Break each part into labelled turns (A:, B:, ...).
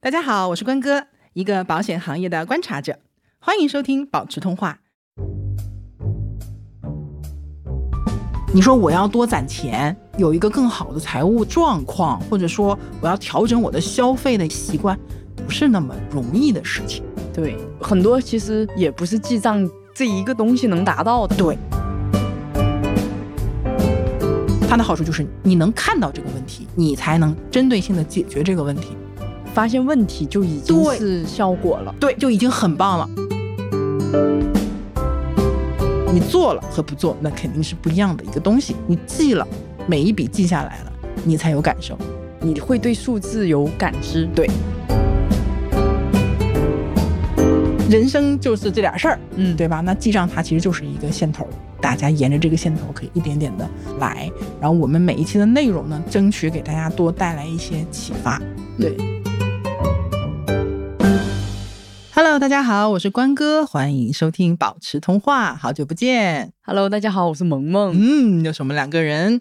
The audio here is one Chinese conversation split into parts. A: 大家好，我是关哥，一个保险行业的观察者，欢迎收听保持通话。你说我要多攒钱，有一个更好的财务状况，或者说我要调整我的消费的习惯，不是那么容易的事情。
B: 对，很多其实也不是记账这一个东西能达到的。
A: 对，它的好处就是你能看到这个问题，你才能针对性的解决这个问题。
B: 发现问题就已经
A: 对
B: 是效果了。
A: 对，就已经很棒了。你做了和不做，那肯定是不一样的一个东西。你记了，每一笔记下来了，你才有感受。
B: 你会对数字有感知。
A: 对人生就是这点事儿，
B: 嗯，
A: 对吧？那记账它其实就是一个线头，大家沿着这个线头可以一点点的来。然后我们每一期的内容呢，争取给大家多带来一些启发。
B: 对。
A: Hello，大家好，我是关哥，欢迎收听保持通话，好久不见。
B: Hello，大家好，我是萌萌。
A: 嗯，就是我们两个人。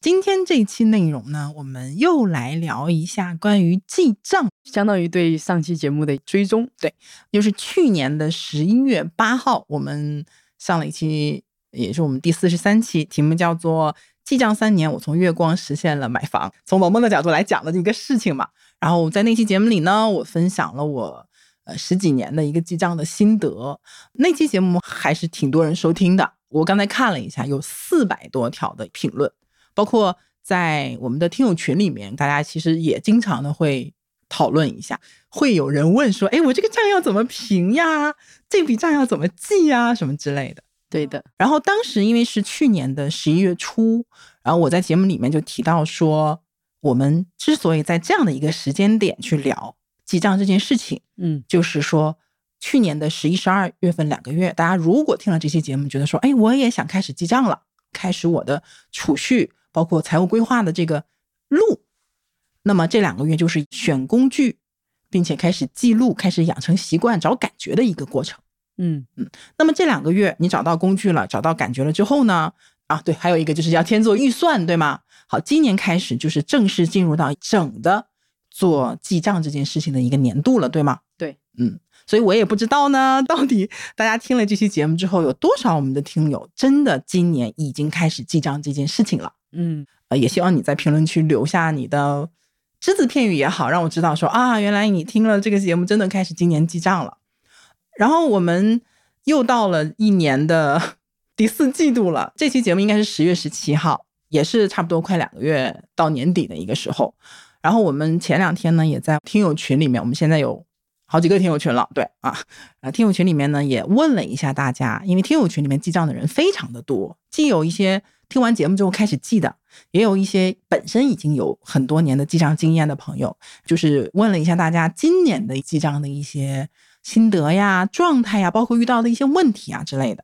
A: 今天这一期内容呢，我们又来聊一下关于记账，
B: 相当于对上期节目的追踪。对，
A: 就是去年的十一月八号，我们上了一期，也是我们第四十三期，题目叫做《记账三年，我从月光实现了买房》，从萌萌的角度来讲的一个事情嘛。然后在那期节目里呢，我分享了我呃十几年的一个记账的心得。那期节目还是挺多人收听的，我刚才看了一下，有四百多条的评论，包括在我们的听友群里面，大家其实也经常的会讨论一下，会有人问说：“哎，我这个账要怎么评呀？这笔账要怎么记呀？什么之类的。”
B: 对的，
A: 然后当时因为是去年的十一月初，然后我在节目里面就提到说，我们之所以在这样的一个时间点去聊记账这件事情，
B: 嗯，
A: 就是说去年的十一、十二月份两个月，大家如果听了这期节目，觉得说，哎，我也想开始记账了，开始我的储蓄，包括财务规划的这个路，那么这两个月就是选工具，并且开始记录，开始养成习惯，找感觉的一个过程。
B: 嗯，
A: 那么这两个月你找到工具了，找到感觉了之后呢？啊，对，还有一个就是要先做预算，对吗？好，今年开始就是正式进入到整的做记账这件事情的一个年度了，对吗？
B: 对，
A: 嗯，所以我也不知道呢，到底大家听了这期节目之后，有多少我们的听友真的今年已经开始记账这件事情了？
B: 嗯，
A: 呃，也希望你在评论区留下你的只字片语也好，让我知道说啊，原来你听了这个节目，真的开始今年记账了。然后我们又到了一年的 第四季度了，这期节目应该是十月十七号，也是差不多快两个月到年底的一个时候。然后我们前两天呢，也在听友群里面，我们现在有好几个听友群了，对啊，啊，听友群里面呢也问了一下大家，因为听友群里面记账的人非常的多，既有一些听完节目之后开始记的，也有一些本身已经有很多年的记账经验的朋友，就是问了一下大家今年的记账的一些心得呀、状态呀，包括遇到的一些问题啊之类的。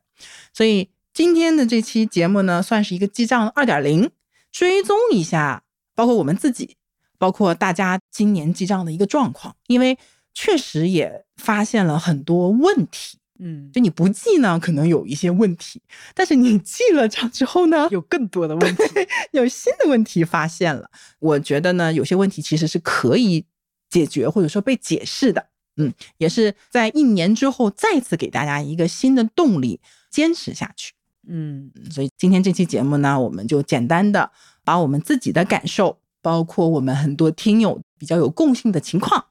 A: 所以今天的这期节目呢，算是一个记账二点零，追踪一下，包括我们自己，包括大家今年记账的一个状况，因为确实也发现了很多问题。
B: 嗯，
A: 就你不记呢，可能有一些问题；但是你记了账之后呢，
B: 有更多的问题。
A: 有新的问题发现了。我觉得呢，有些问题其实是可以解决或者说被解释的。嗯，也是在一年之后再次给大家一个新的动力，坚持下去。
B: 嗯，
A: 所以今天这期节目呢，我们就简单的把我们自己的感受，包括我们很多听友比较有共性的情况，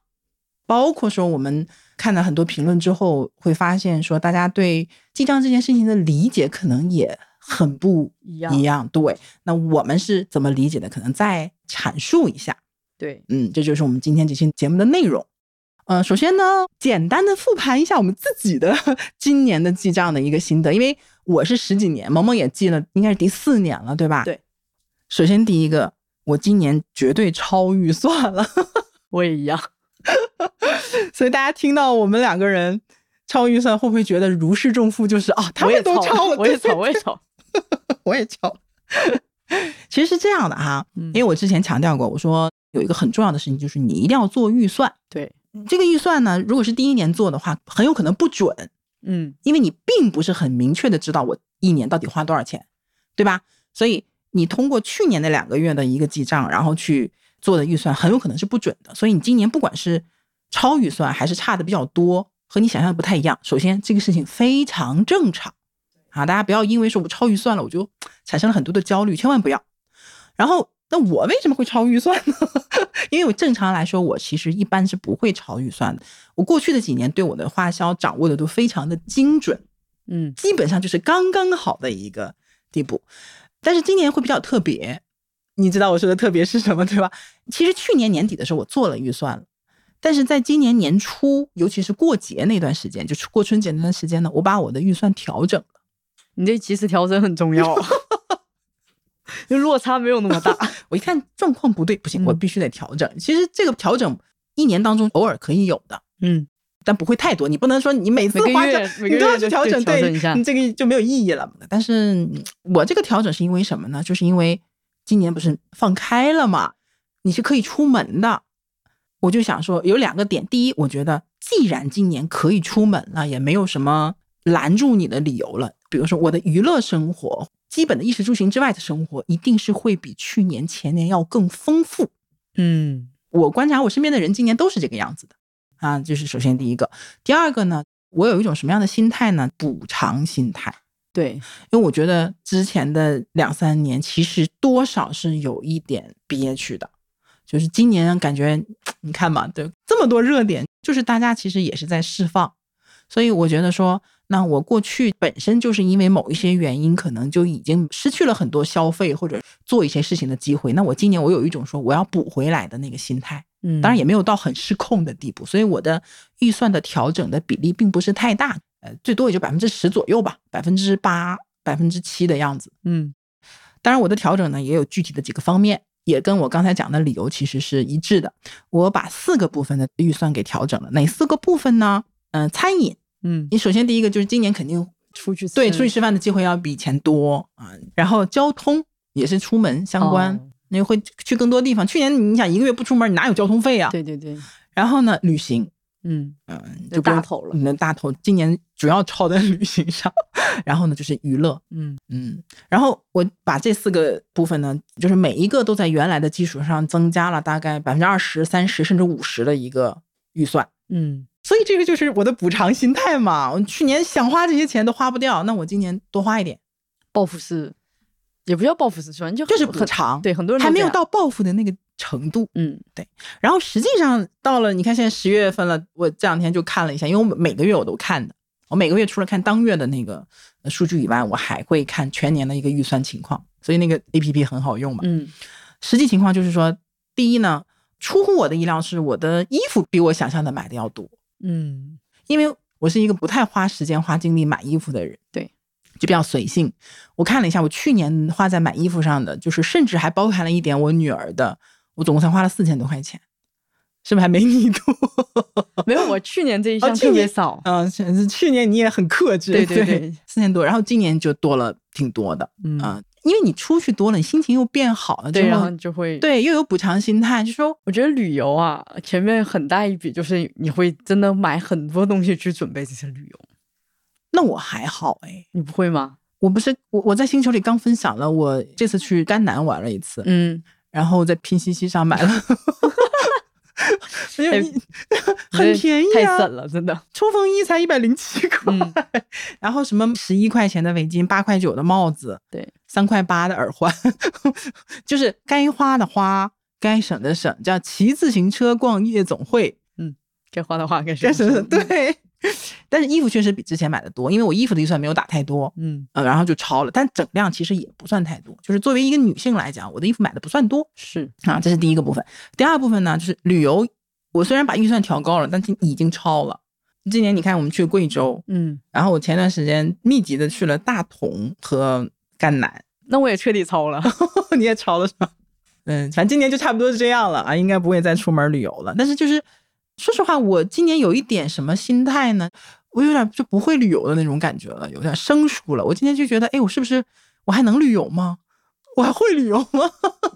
A: 包括说我们看了很多评论之后，会发现说大家对记账这件事情的理解可能也很不
B: 一样
A: 一样。对，那我们是怎么理解的？可能再阐述一下。
B: 对，
A: 嗯，这就是我们今天这期节目的内容。呃，首先呢，简单的复盘一下我们自己的 今年的记账的一个心得，因为我是十几年，萌萌也记了，应该是第四年了，对吧？
B: 对。
A: 首先第一个，我今年绝对超预算了，
B: 我也一样。
A: 所以大家听到我们两个人超预算，会不会觉得如释重负？就是啊，他
B: 我也
A: 们都超了，
B: 我也
A: 对
B: 吵，我也吵。
A: 我也超了。 其实是这样的哈，
B: 嗯
A: 因为我之前强调过，我说有一个很重要的事情就是你一定要做预算。
B: 对，
A: 这个预算呢，如果是第一年做的话，很有可能不准，
B: 嗯，
A: 因为你并不是很明确的知道我一年到底花多少钱，对吧？所以你通过去年的两个月的一个记账，然后去做的预算，很有可能是不准的。所以你今年不管是超预算还是差的比较多，和你想象的不太一样。首先，这个事情非常正常啊，大家不要因为说我超预算了，我就产生了很多的焦虑，千万不要。然后，那我为什么会超预算呢？ 因为我正常来说，我其实一般是不会超预算的。我过去的几年对我的花销掌握的都非常的精准，
B: 嗯
A: 基本上就是刚刚好的一个地步。但是今年会比较特别，你知道我说的特别是什么对吧？其实去年年底的时候我做了预算了，但是在今年年初，尤其是过节那段时间，就是过春节那段时间呢，我把我的预算调整了。
B: 你这其实调整很重要，啊 因为落差没有那么 大。
A: 我一看状况不对，不行，
B: 嗯
A: 我必须得调整。其实这个调整一年当中偶尔可以有的，
B: 嗯，
A: 但不会太多。你不能说你每次
B: 每个
A: 花
B: 月
A: 销
B: 每
A: 你
B: 个
A: 都要
B: 月
A: 去
B: 就
A: 调
B: 就
A: 整，
B: 调
A: 对
B: 整一下
A: 你这个就没有意义了嘛。但是嗯我这个调整是因为什么呢？就是因为今年不是放开了嘛，你是可以出门的。我就想说有两个点，第一，我觉得既然今年可以出门了，也没有什么拦住你的理由了。比如说我的娱乐生活、基本的衣食住行之外的生活，一定是会比去年前年要更丰富。
B: 嗯
A: 我观察我身边的人今年都是这个样子的啊，这是首先第一个。第二个呢，我有一种什么样的心态呢？补偿心态，
B: 对，
A: 因为我觉得之前的两三年其实多少是有一点憋屈的，就是今年感觉你看嘛，对，这么多热点，就是大家其实也是在释放，所以我觉得说，那我过去本身就是因为某一些原因，可能就已经失去了很多消费或者做一些事情的机会，那我今年我有一种说我要补回来的那个心态。
B: 嗯，
A: 当然也没有到很失控的地步，所以我的预算的调整的比例并不是太大，呃，最多也就百分之十左右吧，百分之八、百分之七的样子。
B: 嗯
A: 当然，我的调整呢也有具体的几个方面，也跟我刚才讲的理由其实是一致的。我把四个部分的预算给调整了，哪四个部分呢？嗯、餐饮，
B: 嗯，
A: 你首先第一个就是今年肯定
B: 出去
A: 对
B: 吃
A: 出去吃饭的机会要比以前多啊，然后交通也是出门相关，
B: 哦
A: 你会去更多地方。去年你想一个月不出门，你哪有交通费啊？
B: 对对对，
A: 然后呢，旅行。
B: 嗯，
A: 嗯，
B: 就
A: 就不用
B: 大头了
A: 你的大头今年主要超在旅行上， 然后呢就是娱乐，
B: 嗯
A: 嗯，然后我把这四个部分呢，就是每一个都在原来的基础上增加了大概百分之二十、三十甚至五十的一个预算，
B: 嗯
A: 所以这个就是我的补偿心态嘛。我去年想花这些钱都花不掉，那我今年多花一点，
B: 报复式，也不叫报复式，反正就
A: 就是
B: 很
A: 补偿，
B: 对，很多人
A: 还
B: 都
A: 没
B: 这
A: 有
B: 样，
A: 到报复的那个程度。
B: 嗯
A: 然后实际上到了，你看现在十月份了，我这两天就看了一下，因为我每个月我都看的，我每个月除了看当月的那个呃数据以外，我还会看全年的一个预算情况，所以那个 A P P 很好用嘛。
B: 嗯
A: 实际情况就是说，第一呢，出乎我的意料是我的衣服比我想象的买的要多，
B: 嗯
A: 因为我是一个不太花时间花精力买衣服的人，
B: 对，
A: 就比较随性。我看了一下，我去年花在买衣服上的，就是甚至还包含了一点我女儿的，我总共才花了四千多块钱，是不是还没你多？
B: 嗯没有，我哦去年这一项
A: 去
B: 特别
A: 年
B: 少，
A: 嗯、是去年你也很克制，
B: 对对对
A: 四千多，然后今年就多了挺多的
B: 嗯
A: 啊、因为你出去多了，你心情又变好了之
B: 对，然后
A: 后，
B: 你就会。
A: 对，又有补偿心态，就说
B: 我觉得旅游啊，前面很大一笔就是你会真的买很多东西去准备这些旅游，
A: 那我还好哎，
B: 你不会吗？
A: 我不是我我在星球里刚分享了，我这次去甘南玩了一次，
B: 嗯，
A: 然后在拼夕夕上买了， 没有 一很便宜
B: 哎太
A: 啊，
B: 省了，真的。
A: 冲锋衣才一百零七块，
B: 嗯
A: 然后什么十一块钱的围巾，八块九的帽子，
B: 对，
A: 三块八的耳环， 就是该花的花，该省的省，叫骑自行车逛夜总会，
B: 该花的花该省嗯
A: 该省的
B: 的
A: 省，，对。但是衣服确实比之前买的多，因为我衣服的预算没有打太多，
B: 嗯，
A: 呃，然后就超了，但整量其实也不算太多。就是作为一个女性来讲，我的衣服买的不算多
B: 是，
A: 啊，这是第一个部分。第二部分呢，就是旅游，我虽然把预算调高了，但是已经超了。今年你看，我们去贵州，
B: 嗯，
A: 然后我前段时间密集的去了大同和甘南，
B: 那我也彻底超了，
A: 你也超了是吧？嗯，反正今年就差不多是这样了啊，应该不会再出门旅游了。但是就是说实话，我今年有一点什么心态呢？我有点就不会旅游的那种感觉了，有点生疏了。我今天就觉得，哎，我是不是我还能旅游吗？我还会旅游吗？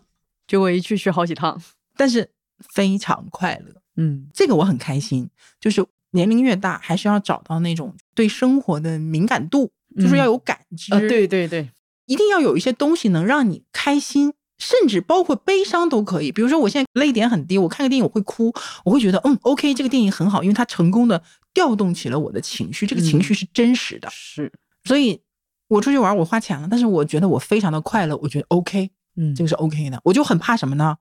B: 结果一去去好几趟，
A: 但是非常快乐，
B: 嗯
A: 这个我很开心。就是年龄越大，还是要找到那种对生活的敏感度，就是要有感知。
B: 呃啊，对对对，
A: 一定要有一些东西能让你开心，甚至包括悲伤都可以。比如说，我现在泪点很低，我看个电影我会哭，我会觉得嗯，OK，这个电影很好，因为它成功的调动起了我的情绪，这个情绪是真实的。
B: 是，
A: 所以我出去玩，我花钱了，但是我觉得我非常的快乐，我觉得 OK，
B: 嗯，
A: 这个是 OK 的。我就很怕什么呢？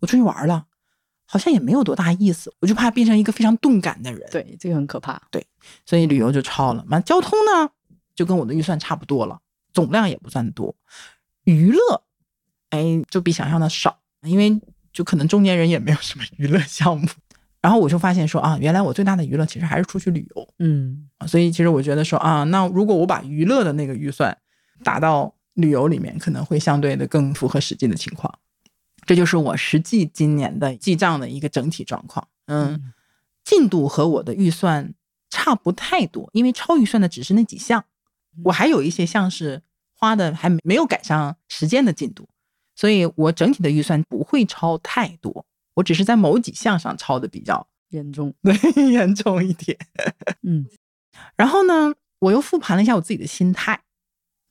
A: 我出去玩了，好像也没有多大意思，我就怕变成一个非常钝感的人。，
B: 对这个很可怕。
A: 所以旅游就超了。那交通呢，就跟我的预算差不多了，总量也不算多。娱乐，哎，就比想象的少，因为就可能中年人也没有什么娱乐项目。然后我就发现说啊，原来我最大的娱乐其实还是出去旅游。
B: 嗯
A: 啊所以其实我觉得说啊，那如果我把娱乐的那个预算打到旅游里面，可能会相对的更符合实际的情况。这就是我实际今年的记账的一个整体状况。嗯，
B: 嗯
A: 进度和我的预算差不太多，因为超预算的只是那几项，我还有一些像是花的还没有赶上实践的进度，所以我整体的预算不会超太多，我只是在某几项上超的比较
B: 严重。
A: 对严重一点。
B: 嗯
A: 然后呢，我又复盘了一下我自己的心态，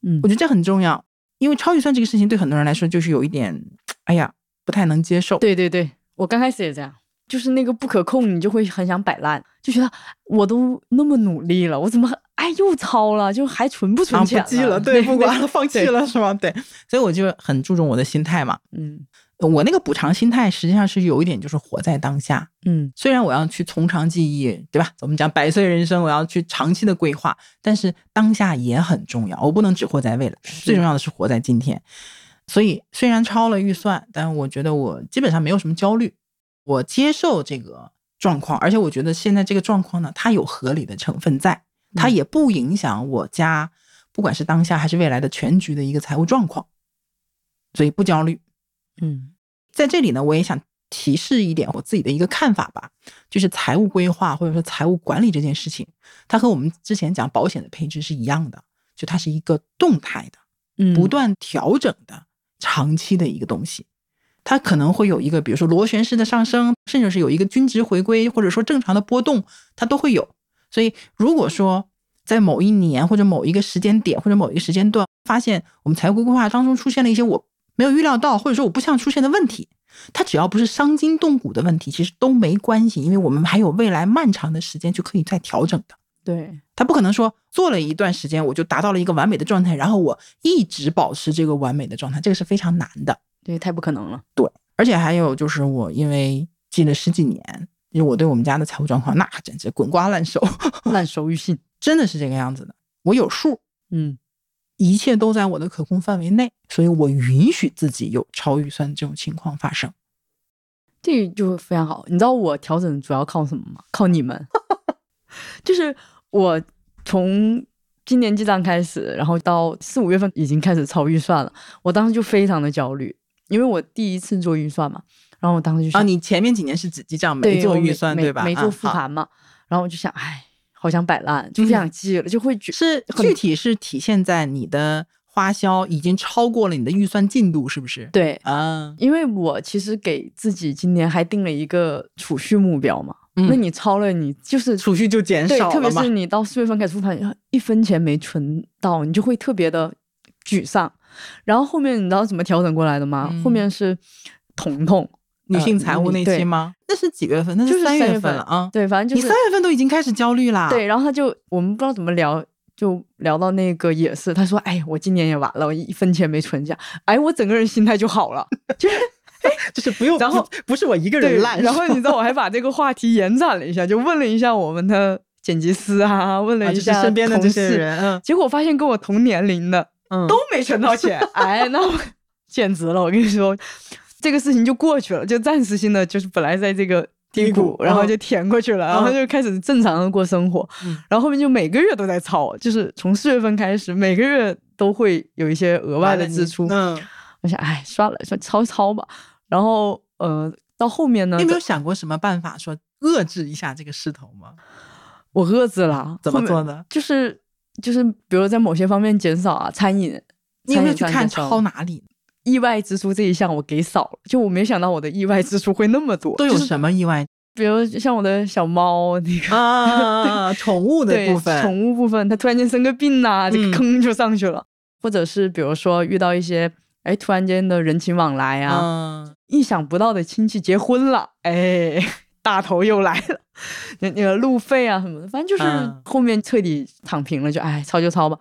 B: 嗯
A: 我觉得这很重要，因为超预算这个事情对很多人来说就是有一点，哎呀，不太能接受。
B: 对对对，我刚开始也这样，就是那个不可控，你就会很想摆烂，就觉得我都那么努力了，我怎么还哎又超了，就还存不存
A: 啊，
B: 钱、
A: 不记了， 对，不管了，放弃。了是吗？对，所以我就很注重我的心态嘛。呃
B: 对嗯
A: 我那个补偿心态实际上是有一点，就是活在当下。
B: 嗯
A: 虽然我要去从长计议，对吧？我们讲百岁人生，我要去长期的规划，但是当下也很重要，我不能只活在未来，
B: 是
A: 最重要的是活在今天。所以虽然超了预算，但我觉得我基本上没有什么焦虑，我接受这个状况，而且我觉得现在这个状况呢，它有合理的成分在，它
B: 嗯
A: 也不影响我家，不管是当下还是未来的全局的一个财务状况，所以不焦虑。
B: 嗯
A: 在这里呢，我也想提示一点我自己的一个看法吧，就是财务规划或者说财务管理这件事情，它和我们之前讲保险的配置是一样的，就它是一个动态的、
B: 嗯，
A: 不断调整的、长期的一个东西。它可能会有一个，比如说螺旋式的上升，甚至是有一个均值回归，或者说正常的波动，它都会有。所以，如果说在某一年或者某一个时间点或者某一个时间段，发现我们财务规划当中出现了一些我没有预料到，或者说我不想出现的问题，它只要不是伤筋动骨的问题，其实都没关系，因为我们还有未来漫长的时间就可以再调整的。
B: 对，
A: 它不可能说做了一段时间我就达到了一个完美的状态，然后我一直保持这个完美的状态，这个是非常难的。
B: 这太不可 能了。
A: 而且还有就是我因为记了十几年，因为我对我们家的财务状况那简直滚瓜烂熟，
B: 烂熟于心。
A: 真的是这个样子的。我有数，
B: 嗯
A: 一切都在我的可控范围内，所以我允许自己有超预算这种情况发生。，
B: 这就非常好。你知道我调整主要靠什么吗？靠你们， 就是我从。今年记账开始，然后到四五月份已经开始超预算了。我当时就非常的焦虑，因为我第一次做预算嘛，然后我当时就想
A: 啊，你前面几年是只记账
B: 对
A: 没做
B: 我
A: 预算
B: 没
A: 对吧？
B: 没
A: 啊
B: 做复
A: 好嗯
B: 盘嘛，然后我就想，哎，好想摆烂，就不想记了，就会觉
A: 是
B: 很
A: 具体是体现在你的花销已经超过了你的预算进度，是不是？
B: 对，
A: 啊，
B: 因为我其实给自己今年还定了一个储蓄目标嘛，
A: 嗯
B: 那你超了，你就是
A: 储蓄就减
B: 对，
A: 少
B: 特
A: 了
B: 别
A: 嘛
B: 是。你到四月份开始复盘，一分钱没存到，你就会特别的沮丧。然后后面你知道怎么调整过来的吗？
A: 嗯
B: 后面是彤彤
A: 女性财务那期？
B: 呃
A: 吗？那是几月份？那
B: 对就是
A: 三
B: 月
A: 月了啊！
B: 对，反正
A: 你
B: 就是
A: 三月份都已经开始焦虑啦。
B: 对，，然后他就我们不知道怎么聊，就聊到那个也是，他说：“哎，我今年也完了，我一分钱没存下。”哎，我整个人心态就好了，就是
A: 就是不用。
B: 然后
A: 不不是我一个
B: 对
A: 人烂。
B: 然后你知道我还把这个话题延展了一下，就问了一下我们的剪辑师啊，问
A: 啊
B: 了一
A: 就是
B: 下、
A: 身边的这些，人，嗯
B: 结果我发现跟我同年龄的
A: 嗯，
B: 都没存到 钱，哎，那我简直了！我跟你说，这个事情就过去了，就暂时性的，就是本来在这个低
A: 低
B: 谷，
A: 谷
B: 然后
A: 嗯
B: 就填过去了，然后
A: 嗯
B: 就开始正常的过生活，
A: 嗯
B: 然后后面就每个月都在超，就是从四月份开始，每个月都会有一些额外
A: 完了
B: 的
A: 你
B: 支出。
A: 嗯，
B: 我想，哎，算了，算超一超吧。然后，呃，到后面呢
A: 你有，没有想过什么办法说遏制一下这个势头吗？
B: 我饿着了，
A: 怎么
B: 后面
A: 做呢？
B: 就是就是，比如在某些方面减少啊，餐饮。
A: 你有没有
B: 餐饮
A: 去
B: 上
A: 看
B: 减少
A: 超哪里？
B: 意外支出这一项我给少了，就我没想到我的意外支出会那么多，
A: 都有
B: 就是
A: 什么意外
B: 比如像我的小猫那个、
A: 啊？宠物的
B: 对
A: 部分，
B: 宠物部分，它突然间生个病呐、这
A: 嗯
B: 个坑就上去了，或者是比如说遇到一些。哎，突然间的人情往来啊，
A: 嗯，
B: 意想不到的亲戚结婚了，哎， 大头又来了，那那个路费啊什么的，反正就是
A: 嗯
B: 后面彻底躺平了，就哎操就操吧。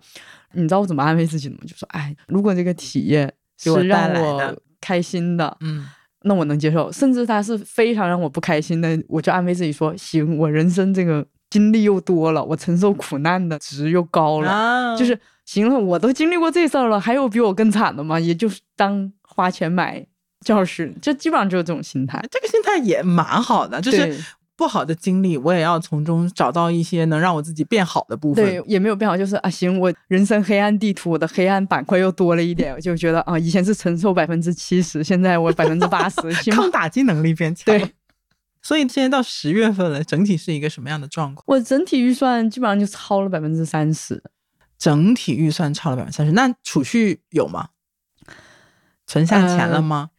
B: 你知道我怎么安慰自己的吗？就说哎，如果这个体验
A: 给我
B: 是让
A: 带来
B: 我
A: 的
B: 开心的，
A: 嗯，
B: 那我能接受；甚至它是非常让我不开心的，我就安慰自己说，行，我人生这个经历又多了，我承受苦难的值又高了，
A: 啊
B: 就是行了，我都经历过这事儿了，还有比我更惨的吗？也就是当花钱买教室，这基本上就是这种心态。
A: 这个心态也蛮好的，就是
B: 对
A: 不好的经历，我也要从中找到一些能让我自己变好的部
B: 对
A: 分。，
B: 也没有变好，就是啊，行，我人生黑暗地图，我的黑暗板块又多了一点，我就觉得啊，以前是承受百分之七十，现在我百分之八 十，起码
A: 抗打击能力变强了。
B: 对
A: 所以现在到十月份了，整体是一个什么样的状况？
B: 我整体预算基本上就超了百分之三十，
A: 整体预算超了百分之三十，那储蓄有吗？存下钱
B: 呃
A: 了吗？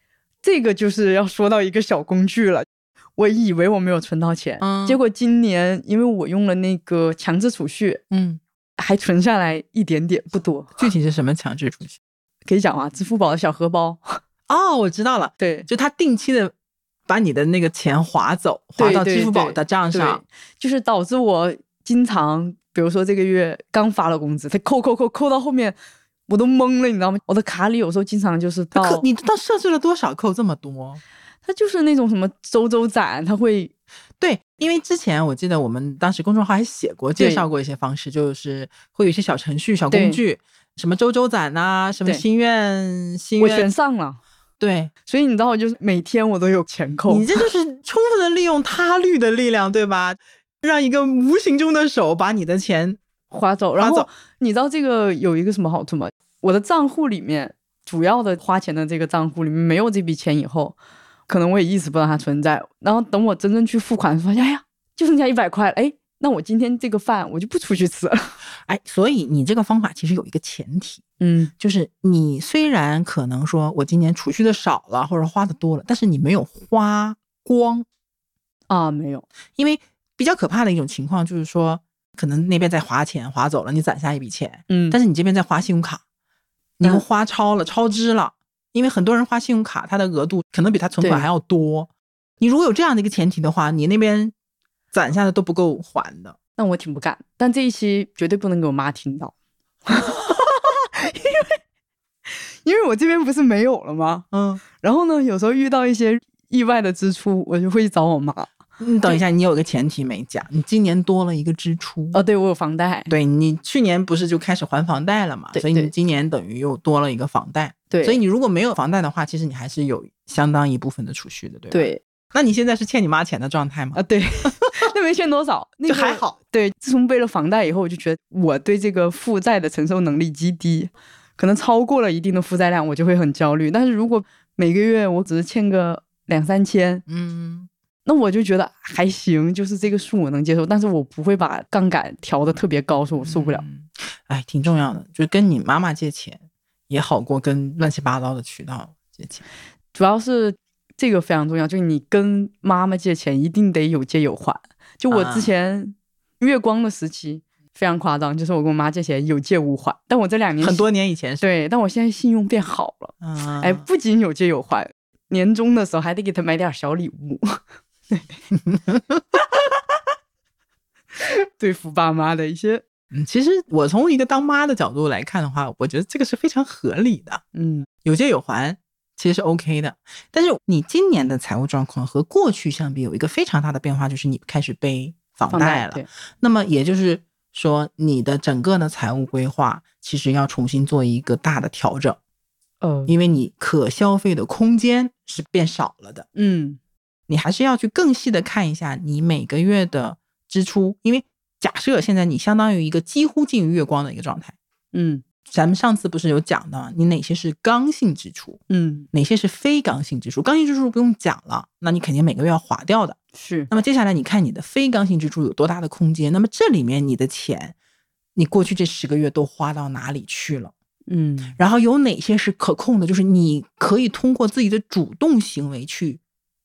B: 这个就是要说到一个小工具了。我以为我没有存到钱，
A: 嗯
B: 结果今年因为我用了那个强制储蓄，
A: 嗯，
B: 还存下来一点点，不多。
A: 具体是什么强制储蓄？
B: 可以讲啊，支付宝的小荷包，
A: 哦，我知道了，
B: 对
A: 就他定期的把你的那个钱划走，划
B: 对
A: 到
B: 对
A: 支付宝
B: 对
A: 的账
B: 对
A: 上。，
B: 就是导致我经常，比如说这个月刚发了工资，他扣扣扣扣到后面，我都懵了，你知道吗？我的卡里有时候经常就是到，
A: 扣你到设置了多少扣这么多？
B: 它就是那种什么周周攒，它会
A: 对，因为之前我记得我们当时公众号还写过介
B: 对
A: 绍过一些方式，就是会有一些小程序、小工具，什么周周攒呐、什么
B: 对
A: 心愿心
B: 我
A: 愿
B: 全，上了，
A: 对
B: 所以你知道，就是每天我都有钱扣
A: 你。这就是充分的利用他律的力量，对吧？让一个无形中的手把你的钱，
B: 花走。然
A: 花
B: 后
A: 走
B: 你知道这个有一个什么好处吗？我的账户里面主要的花钱的这个账户里面没有这笔钱，以后可能我也意识不到它存在。然后等我真正去付款，发现哎呀，就剩下一百块了，哎，那我今天这个饭我就不出去吃了。
A: 哎，所以你这个方法其实有一个前提，
B: 嗯，
A: 就是你虽然可能说我今年储蓄的少了，或者花的多了，但是你没有花光，
B: 啊，没有，
A: 因为比较可怕的一种情况就是说，可能那边在花钱，花走了，你攒下一笔钱，
B: 嗯，
A: 但
B: 是
A: 是你这边在花信用卡，你又
B: 嗯
A: 花超了，超支了，因为很多人花信用卡，它的额度可能比他存款
B: 对
A: 还要多。你如果有这样的一个前提的话，你那边攒下的都不够还的。
B: 那我挺不干。但这一期绝对不能给我妈听到， 因为因为我这边不是没有了吗？
A: 嗯，
B: 然后呢，有时候遇到一些意外的支出，我就会去找我妈。
A: 你等一下，你有一个前提没讲，你今年多了一个支出。
B: 哦，对我有房贷，
A: 对你去年不是就开始还房贷了嘛，
B: 对
A: 所以你
B: 对
A: 今年等于又多了一个房贷。
B: 对，
A: 所以你如果没有房贷的话，其实你还是有相当一部分的储蓄的，对吧？。
B: 对
A: 那你现在是欠你妈钱的状态吗？
B: 啊 对，那没欠多少，那
A: 就
B: 个
A: 还。好，
B: 对，自从背了房贷以后，我就觉得我对这个负债的承受能力极低，可能超过了一定的负债量，我就会很焦虑。但是如果每个月我只是欠个两三千，
A: 嗯。
B: 那我就觉得还行，就是这个数我能接受，但是我不会把杠杆调的特别高，说我受不了。
A: 嗯哎，挺重要的，就跟你妈妈借钱也好过跟乱七八糟的渠道借钱。
B: 主要是这个非常重要，就是你跟妈妈借钱一定得有借有还。就我
A: 啊
B: 之前月光的时期、非常夸张，就是我跟我妈借钱有借无还，但我这两年
A: 很多年以前是，
B: 对，但我现在信用变好了，
A: 嗯
B: 哎，不仅有借有还，年终的时候还得给她买点小礼 物。 对，对付爸妈的一些，
A: 嗯其实我从一个当妈的角度来看的话，我觉得这个是非常合理的，
B: 嗯，
A: 有借有还。其实是 OK 的，但是你今年的财务状况和过去相比有一个非常大的变化，就是你开始背房
B: 放
A: 贷
B: 贷
A: 了。
B: 对，
A: 那么也就是说，你的整个的财务规划其实要重新做一个大的调整，
B: 呃，
A: 因为你可消费的空间是变少了的。
B: 嗯，
A: 你还是要去更细的看一下你每个月的支出，因为假设现在你相当于一个几乎近于月光的一个状态。
B: 嗯，
A: 咱们上次不是有讲到，你哪些是刚性支出，
B: 嗯，
A: 哪些是非刚性支出？刚性支出不用讲了，那你肯定每个月要划掉的。
B: 是，
A: 那么接下来你看你的非刚性支出有多大的空间？那么这里面你的钱，你过去这十个月都花到哪里去了？
B: 嗯，
A: 然后有哪些是可控的？就是你可以通过自己的主动行为去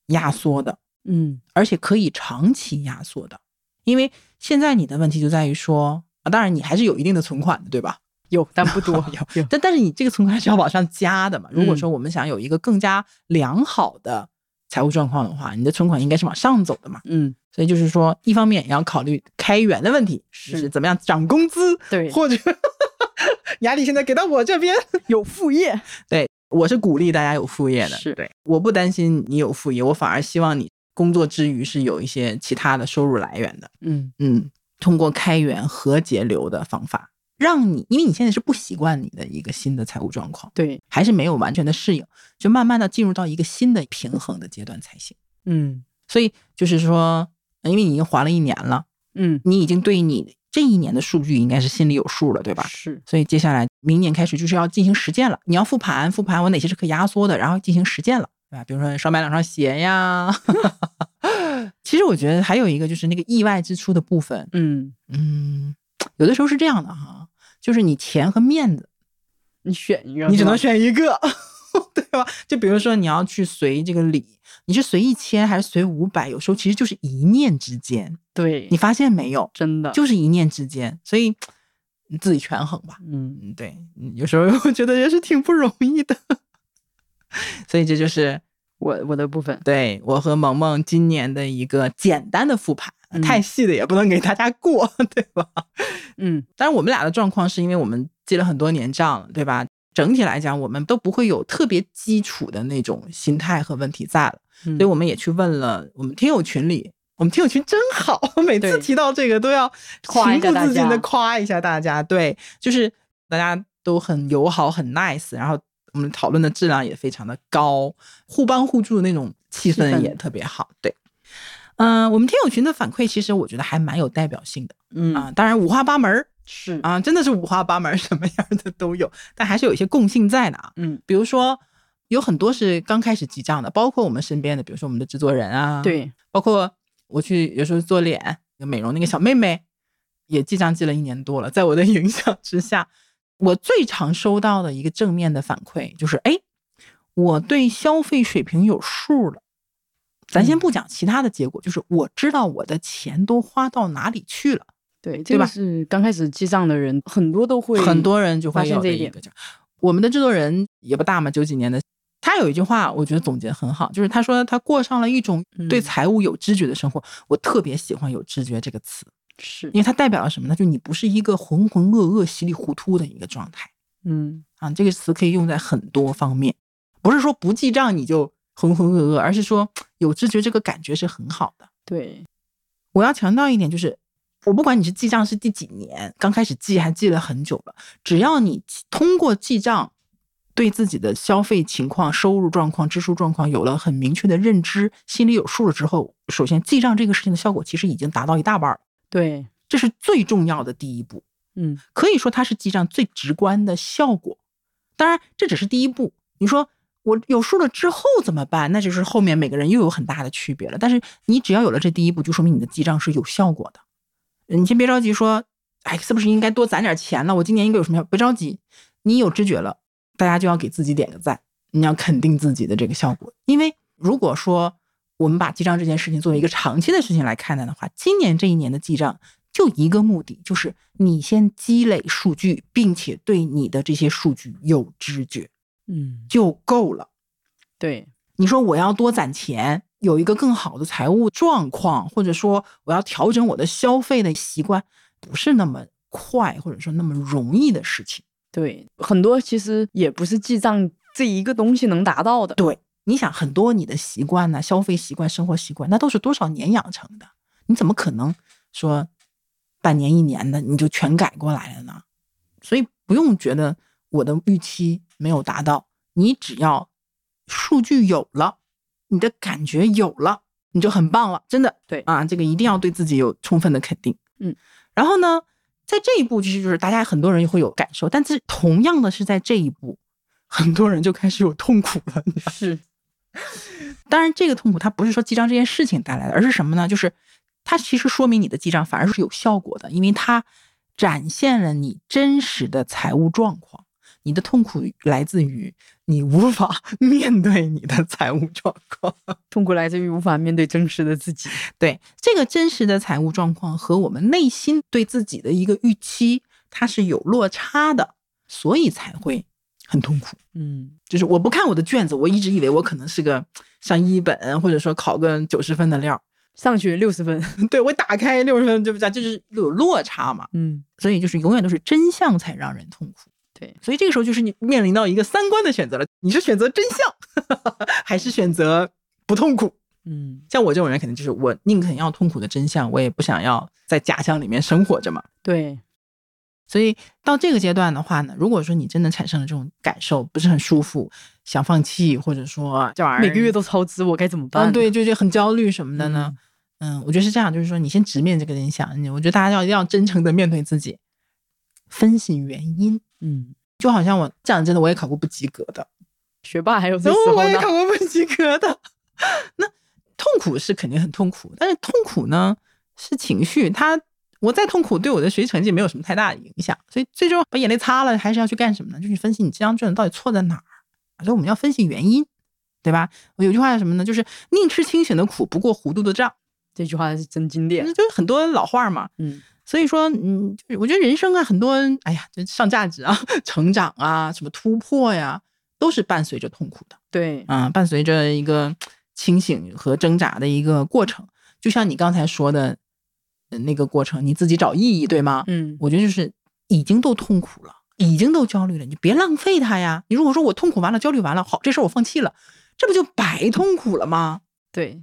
A: 压缩的。
B: 嗯，
A: 而且可以长期压 缩的。因为现在你的问题就在于说，啊，当然你还是有一定的存款的，对吧？。
B: 有，但不多
A: 但但是你这个存款是要往上加的嘛？如果说我们想有一个更加良好的财务状况的话，你的存款应该是往上走的嘛。
B: 嗯，
A: 所以就是说，一方面也要考虑开源的问题，就是是怎么样涨工资，
B: 对，
A: 或者 压力现在给到我这边。
B: 有副业。
A: 我是鼓励大家有副业的，
B: 是
A: 对，我不担心你有副业，我反而希望你工作之余是有一些其他的收入来源的。
B: 嗯
A: 嗯，通过开源和节流的方法，让你，因为你现在是不习惯你的一个新的财务状况，
B: 对，
A: 还是没有完全的适应，就慢慢的进入到一个新的平衡的阶段才行。
B: 嗯
A: 所以就是说，呃因为你已经还了一年了，
B: 嗯，
A: 你已经对你这一年的数据应该是心里有数了，对吧？
B: 是，
A: 所以接下来明年开始就是要进行实践了。你要复盘，复盘我哪些是可压缩的，然后进行实践了，对吧？比如说少买两双鞋呀。 其实我觉得还有一个就是那个意外支出的部分，
B: 嗯，
A: 嗯，有的时候是这样的哈，就是你钱和面子，
B: 你选一个，
A: 你只
B: 是吧
A: 能选一个， 对吧？就比如说你要去随这个礼，你是随一千还是随五百，有时候其实就是一念之间，
B: 对
A: 你，发现没有？
B: 真的
A: 就是一念之间，所以你自己权衡吧。
B: 嗯
A: 嗯，对，嗯有时候我觉得也是挺不容易的， 所以这就是
B: 我我的部分，
A: 对我和萌萌今年的一个简单的复盘，
B: 嗯
A: 太细的也不能给大家过， 对吧？
B: 嗯
A: 但是我们俩的状况是因为我们记了很多年账，对吧？整体来讲，我们都不会有特别基础的那种心态和问题在了，
B: 嗯，
A: 所以我们也去问了我们听友群里，我们听友群真好，每次
B: 对
A: 提到这个都要
B: 夸一
A: 情
B: 下
A: 不
B: 大
A: 自禁
B: 家
A: 的夸一下大家，对，就是大家都很友好，很 nice，然后我们讨论的质量也非常的高，互帮互助的那种气
B: 气氛
A: 氛也特别好，对。嗯、我们听友群的反馈其实我觉得还蛮有代表性的
B: 嗯
A: 啊、当然五花八门儿，
B: 是
A: 啊，真的是五花八门，什么样的都有，但还是有一些共性在的啊。
B: 嗯
A: 比如说，有很多是刚开始记账的，包括我们身边的，比如说我们的制作人啊，，
B: 对，
A: 包括我去有时候做脸美容那个小妹妹，也记账记了一年多了，在我的 影响之下，我最常收到的一个正面的反馈就是，哎，我对消费水平有数了。咱先
B: 嗯
A: 不讲其他的结果，就是我知道我的钱都花到哪里去了。
B: 对，
A: 对
B: 这
A: 吧
B: 个是刚开始记账的人，很多都会
A: 很多人就会
B: 发现
A: 有
B: 这
A: 的
B: 一点
A: 个这样。我们的制作人也不大嘛，九几年的，他有一句话，我觉得总结很好，就是他说他过上了一种对
B: 嗯
A: 财务有知觉的生活。我特别喜欢“有知觉”这个词，
B: 是
A: 因，为它代表了什么呢？就你不是一个浑浑噩噩、稀里糊涂的一个状态
B: 嗯
A: 啊。这个词可以用在很多方面，不是说不记账你就浑浑噩噩，而是说有知觉这个感觉是很好的。
B: 对，
A: 我要强调一点，就是我不管你是记账是第几年，刚开始记还记了很久了，只要你通过记账对自己的消费情况、收入状况、支出状况有了很明确的认知，心里有数了之后，首先记账这个事情的效果其实已经达到一大半了，
B: 对，
A: 这是最重要的第一步。
B: 嗯
A: 可以说它是记账最直观的效果。当然，这只是第一步。你说我有数了之后怎么办？那就是后面每个人又有很大的区别了。但是你只要有了这第一步，就说明你的记账是有效果的。嗯你先别着急说，哎，是不是应该多攒点钱了？我今年应该有什么？别着急，你有知觉了，大家就要给自己点个赞，你要肯定自己的这个效果。因为如果说我们把记账这件事情作为一个长期的事情来看待的话，今年这一年的记账就一个目的，就是你先积累数据，并且对你的这些数据有知觉
B: 嗯，
A: 就够了。
B: 对，
A: 你说我要多攒钱，有一个更好的财务状况，或者说我要调整我的消费的习惯，不是那么快或者说那么容易的事情。
B: 对，很多其实也不是记账这一个东西能达到的。
A: 对，你想很多你的习惯呢、消费习惯、生活习惯，那都是多少年养成的，你怎么可能说半年一年的你就全改过来了呢？所以不用觉得我的预期没有达到，你只要数据有了，你的感觉有了，你就很棒了，真的。
B: 对
A: 啊，这个一定要对自己有充分的肯定。
B: 嗯，
A: 然后呢，在这一步其实就是大家很多人会有感受，但是同样的是在这一步，很多人就开始有痛苦了。你知道吗
B: 是，
A: 当然，这个痛苦它不是说记账这件事情带来的，而是什么呢？就是它其实说明你的记账反而是有效果的，因为它展现了你真实的财务状况。你的痛苦来自于你无法面对你的财务状况。
B: 痛苦来自于无法面对真实的自 己。
A: 对这个真实的财务状况和我们内心对自己的一个预期，它是有落差的。所以才会很痛苦。
B: 嗯
A: 就是我不看我的卷子，我一直以为我可能是个上一本，或者说考个九十分的料儿。
B: 上学六十分，
A: 对我打开六十分，对不对？就是有落差嘛。
B: 嗯，
A: 所以就是永远都是真相才让人痛苦。
B: 对，
A: 所以这个时候就是你面临到一个三观的选择了，你是选择真相， 还是选择不痛苦？
B: 嗯
A: 像我这种人，肯定就是我宁肯要痛苦的真相，我也不想要在假象里面生活着嘛。
B: 对，
A: 所以到这个阶段的话呢，如果说你真的产生了这种感受，不是很舒服，想放弃，或者说这玩意儿
B: 每个月都超支，我该怎么办？
A: 嗯，对，就就很焦虑什么的呢。
B: 嗯
A: 嗯，我觉得是这样，就是说你先直面这个真相，你我觉得大家要一定要真诚的面对自己，分析原因。
B: 嗯，
A: 就好像我讲真的，我也考过不及格的，
B: 学霸还有这时候
A: 我也
B: 呢
A: 考，过不及格的。 那痛苦是肯定很痛苦，但是痛苦呢是情绪，它我再痛苦对我的学习成绩没有什么太大的影响，所以最终把眼泪擦了，还是要去干什么呢？就是分析你这张卷子到底错在哪儿，所以我们要分析原因，对吧？我有句话是什么呢？就是宁吃清醒的苦，不过糊涂的账，
B: 这句话是真经典
A: 那。就是很多老话嘛。
B: 嗯
A: 所以说，嗯，就是我觉得人生啊，很多人，哎呀，就上价值啊、 成长啊、什么突破呀，都是伴随着痛苦的。
B: 对，
A: 啊，伴随着一个清醒和挣扎的一个过程。就像你刚才说的呃那个过程，你自己找意义，对吗？
B: 嗯
A: 我觉得就是已经都痛苦了，已经都焦虑了，你就别浪费它呀。你如果说我痛苦完了，焦虑完了，好，这事儿我放弃了，这不就白痛苦了吗？
B: 对，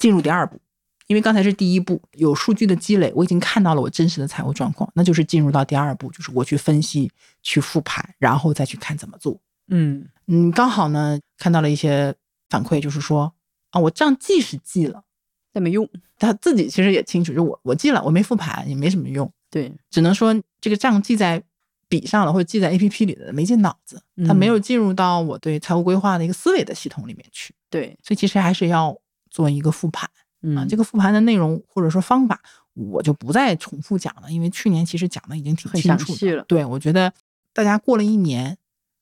A: 进入第二步，因为刚才是第一步，有数据的积累，我已经看到了我真实的财务状况，那就是进入到第二步，就是我去分析、去复盘，然后再去看怎么做。
B: 嗯
A: 嗯，刚好呢看到了一些反馈，就是说啊，我账记是记了，
B: 但没用。
A: 他自己其实也清楚，就我我记了，我没复盘也没什么用，
B: 对，
A: 只能说这个账记在笔上了或者记在 A P P 里的，没进脑子，它没
B: 嗯
A: 有进入到我对财务规划的一个思维的系统里面去，
B: 对，
A: 所以其实还是要做一个复盘啊，
B: 嗯，
A: 这个复盘的内容或者说方法。我就不再重复讲了，因为去年其实讲的已经挺
B: 很
A: 清
B: 详
A: 楚
B: 细
A: 的
B: 了
A: 对，我觉得大家过了一年，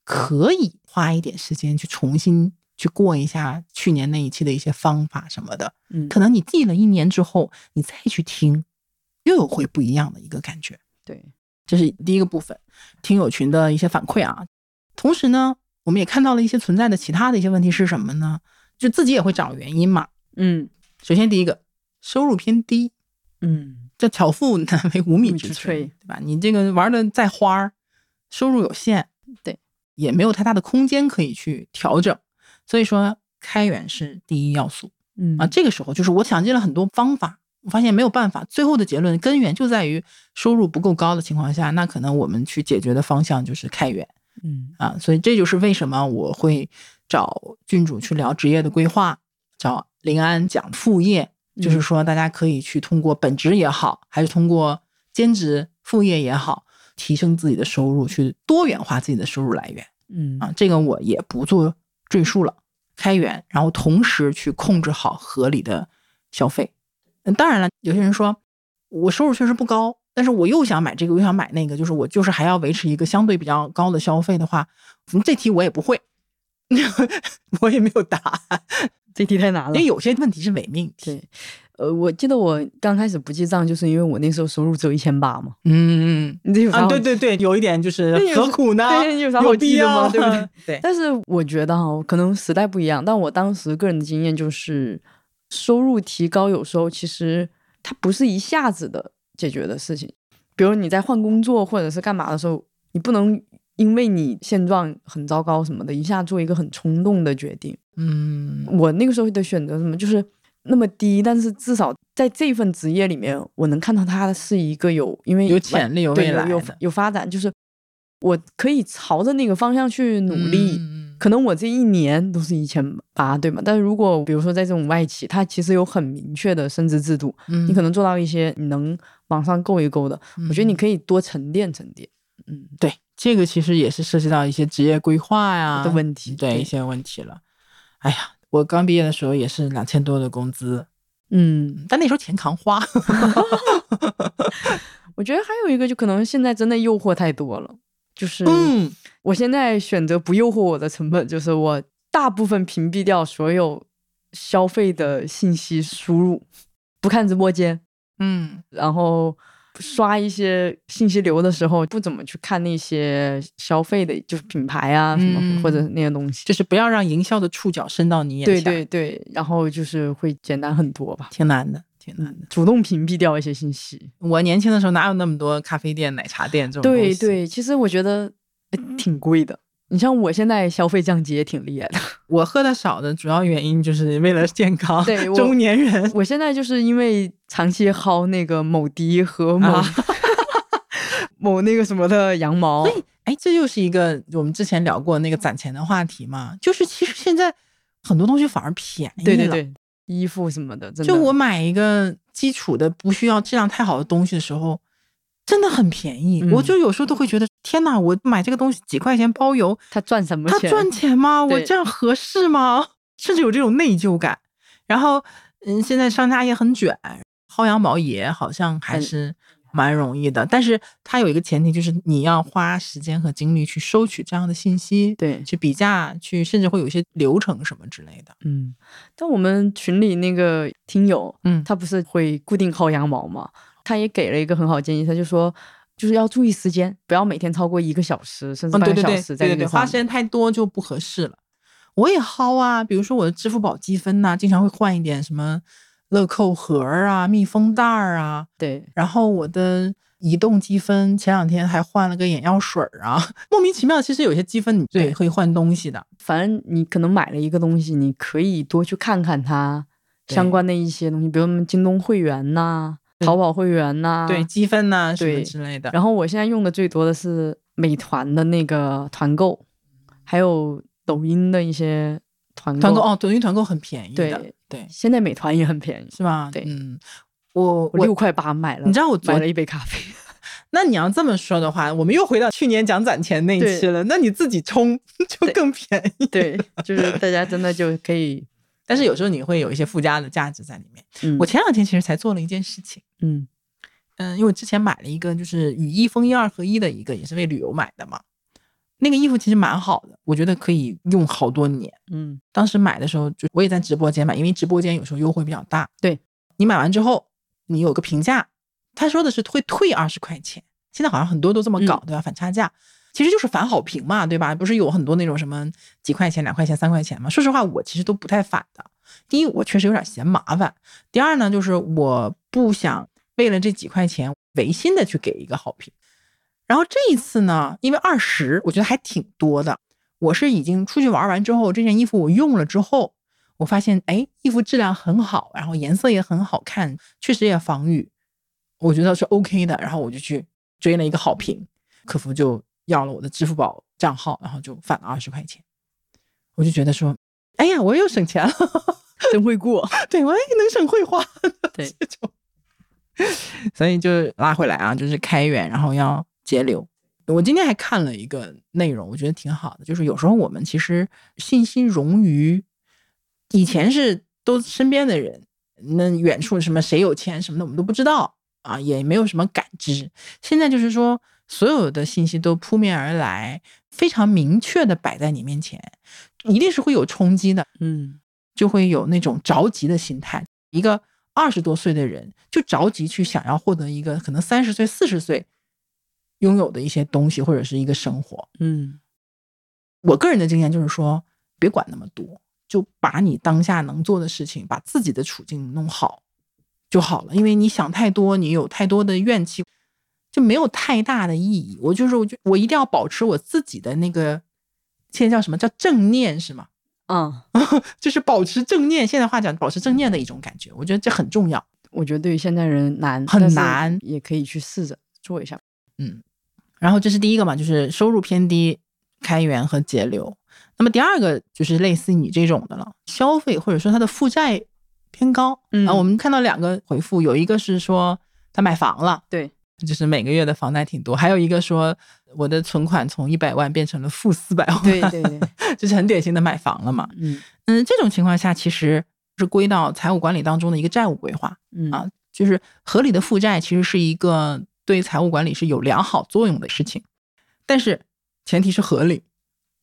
A: 可以花一点时间去重新去过一下去年那一期的一些方法什么的。
B: 嗯
A: 可能你记了一年之后，你再去听，又有会不一样的一个感觉。
B: 对，
A: 这是第一个部分，听友群的一些反馈啊。同时呢，我们也看到了一些存在的其他的一些问题是什么呢？就自己也会找原因嘛。
B: 嗯
A: 首先第一个，收入偏低，
B: 嗯
A: 这巧妇难为无米之
B: 之炊
A: 炊，对吧？你这个玩的再花儿，收入有限，
B: 对，
A: 也没有太大的空间可以去调整。所以说，开源是第一要素
B: 嗯
A: 啊。这个时候就是我想尽了很多方法，我发现没有办法，最后的结论根源就在于收入不够高的情况下，那可能我们去解决的方向就是开源
B: 嗯
A: 啊。所以这就是为什么我会找郡主去聊职业的规划，找林安讲副业，就是
B: 嗯
A: 说大家可以去通过本职也好，还是通过兼职副业也好，提升自己的收入，去多元化自己的收入来源
B: 嗯
A: 啊。这个我也不做赘述了，开源，然后同时去控制好合理的消费。嗯，当然了，有些人说我收入确实不高，但是我又想买这个，又想买那个，就是我就是还要维持一个相对比较高的消费的话，嗯这题我也不会， 我也没有答案，
B: 这题太难
A: 因
B: 了
A: 为。有些问题是伪命题。
B: 对，呃，我记得我刚开始不记账，就是因为我那时候收入只有一千八嘛。
A: 嗯嗯嗯。
B: 你这有啥
A: 啊，
B: 好
A: 对对对，有一点就是
B: 这有
A: 何苦呢？
B: 对有啥好
A: 必
B: 记的
A: 要
B: 吗对不对？
A: 对，
B: 但是我觉得哈，可能时代不一样，但我当时个人的经验就是，收入提高有时候其实它不是一下子的解决的事情。比如你在换工作或者是干嘛的时候，你不能因为你现状很糟糕什么的，一下做一个很冲动的决定。
A: 嗯
B: 我那个时候的选择是什么，就是那么低，但是至少在这份职业里面，我能看到它是一个有因为
A: 有潜力有
B: 对
A: 未来
B: 有
A: 的
B: 有发展，就是我可以朝着那个方向去努力。
A: 嗯
B: 可能我这一年都是一千八，对吧？但是如果比如说在这种外企，它其实有很明确的升职制度，
A: 嗯
B: 你可能做到一些你能往上够一够的，我觉得你可以多沉淀沉淀，嗯
A: 对这个其实也是涉及到一些职业规划呀
B: 的问题，
A: 对一些问题了。哎呀，我刚毕业的时候也是两千多的工资，
B: 嗯，
A: 但那时候钱扛花。
B: 我觉得还有一个就可能现在真的诱惑太多了，就是
A: 嗯
B: 我现在选择不诱惑我的成本，就是我大部分屏蔽掉所有消费的信息输入，不看直播间，
A: 嗯
B: 然后刷一些信息流的时候，不怎么去看那些消费的，就是品牌啊什么、
A: 嗯
B: 或者那些东西。
A: 就是不要让营销的触角伸到你眼
B: 对
A: 前，
B: 对对，然后就是会简单很多吧，
A: 挺难的，挺难的。
B: 主动屏蔽掉一些信息。
A: 我年轻的时候哪有那么多咖啡店、奶茶店这种东
B: 对
A: 西？，
B: 对，其实我觉得、呃挺贵的。你像我现在消费降级也挺厉害的，
A: 我喝的少的主要原因就是为了健康。
B: 对我
A: 中年人
B: 我现在就是因为长期薅那个某迪和某、
A: 啊
B: 某那个什么的羊毛，
A: 哎，这又是一个我们之前聊过那个攒钱的话题嘛，就是其实现在很多东西反而便宜了。
B: 对对，对，衣服什么的，真的
A: 就我买一个基础的不需要质量太好的东西的时候，真的很便宜。
B: 嗯
A: 我就有时候都会觉得，天哪，我买这个东西几块钱包邮，
B: 他赚什么
A: 他
B: 钱？
A: 赚钱吗？我
B: 对
A: 这样合适吗？ 甚至有这种内疚感。然后，嗯，现在商家也很卷，薅羊毛也好像还
B: 嗯
A: 是蛮容易的，但是它有一个前提，就是你要花时间和精力去收取这样的信息，
B: 对
A: 去比价，去甚至会有一些流程什么之类的。
B: 嗯，但我们群里那个听友，
A: 嗯
B: 他不是会固定薅羊毛嘛？他也给了一个很好建议，他就说，就是要注意时间，不要每天超过一个小时，甚至
A: 嗯，
B: 半
A: 对
B: 个
A: 对
B: 小
A: 对
B: 时
A: 对
B: 在
A: 对
B: 那
A: 对，
B: 个
A: 花
B: 上
A: 时
B: 面。
A: 间太多就不合适了。我也薅啊，比如说我的支付宝积分呐、经常会换一点什么乐扣盒儿啊、密封袋儿啊，
B: 对
A: 然后我的移动积分前两天还换了个眼药水儿啊， 莫名其妙。其实有些积分你
B: 对
A: 对会换东西的，
B: 反正你可能买了一个东西，你可以多去看看它
A: 对
B: 相关的一些东西，比如什么京东会员呐、淘宝会员呐、
A: 对积分呐、什么
B: 啊对
A: 之类的。
B: 然后我现在用的最多的是美团的那个团购，还有抖音的一些团购。
A: 团购哦，抖音团购很便宜的，
B: 对
A: 对，
B: 现在美团也很便宜，
A: 是吧？
B: 对
A: 嗯，我
B: 我
A: 我
B: 六块八买了。
A: 你知道我昨
B: 买了一杯咖啡，
A: 那你要这么说的话，我们又回到去年讲攒钱那一
B: 对
A: 期了。那你自己充 就
B: 对
A: 更便宜，
B: 对，就是大家真的就可以，
A: 但是有时候你会有一些附加的价值在里面。
B: 嗯，
A: 我前两天其实才做了一件事情。
B: 嗯
A: 嗯，因为我之前买了一个就是雨衣风衣二合一的一个，也是为旅游买的嘛。那个衣服其实蛮好的，我觉得可以用好多年。
B: 嗯
A: 当时买的时候就我也在直播间买，因为直播间有时候优惠比较大。
B: 对
A: 你买完之后，你有个评价，他说的是会退二十块钱。现在好像很多都这么搞，对吧？反差价其实就是反好评嘛，对吧？不是有很多那种什么几块钱、两块钱、三块钱嘛？说实话，我其实都不太反的。第一，我确实有点嫌麻烦；第二呢，就是我不想为了这几块钱违心的去给一个好评。然后这一次呢，因为二十，我觉得还挺多的。我是已经出去玩完之后，这件衣服我用了之后，我发现哎，衣服质量很好，然后颜色也很好看，确实也防雨，我觉得是 OK 的。然后我就去追了一个好评，客服就要了我的支付宝账号，然后就返了二十块钱。我就觉得说，哎呀，我又省钱了，
B: 真会过，
A: 对我也能省会花，
B: 对
A: 这种。 所以就拉回来啊，就是开源，然后要节流。我今天还看了一个内容，我觉得挺好的，就是有时候我们其实信息冗余，以前是都身边的人，那远处什么谁有钱什么的，我们都不知道啊，也没有什么感知。现在就是说，所有的信息都扑面而来，非常明确的摆在你面前，一定是会有冲击的。
B: 嗯
A: 就会有那种着急的心态。一个二十多岁的人就着急去想要获得一个可能三十岁、四十岁拥有的一些东西或者是一个生活。
B: 嗯
A: 我个人的经验就是说，别管那么多，就把你当下能做的事情，把自己的处境弄好就好了。因为你想太多，你有太多的怨气，就没有太大的意义。我就是，我就我一定要保持我自己的那个，现在叫什么叫正念是吗？
B: 啊，
A: 就是保持正念，现在话讲保持正念的一种感觉，我觉得这很重要。
B: 我觉得对于现代人难，
A: 很
B: 但是
A: 难
B: 也可以去试着做一下。
A: 然后这是第一个嘛，就是收入偏低、开源和节流。那么第二个就是类似你这种的了，消费或者说它的负债偏高。
B: 嗯
A: 啊，我们看到两个回复，有一个是说他买房了，
B: 对，
A: 就是每个月的房贷挺多；还有一个说我的存款从一百万变成了负四百万，
B: 对对对，
A: 就是很典型的买房了嘛。
B: 嗯
A: 嗯，这种情况下其实是归到财务管理当中的一个债务规划。
B: 嗯
A: 啊就是合理的负债其实是一个对财务管理是有良好作用的事情，但是前提是合理。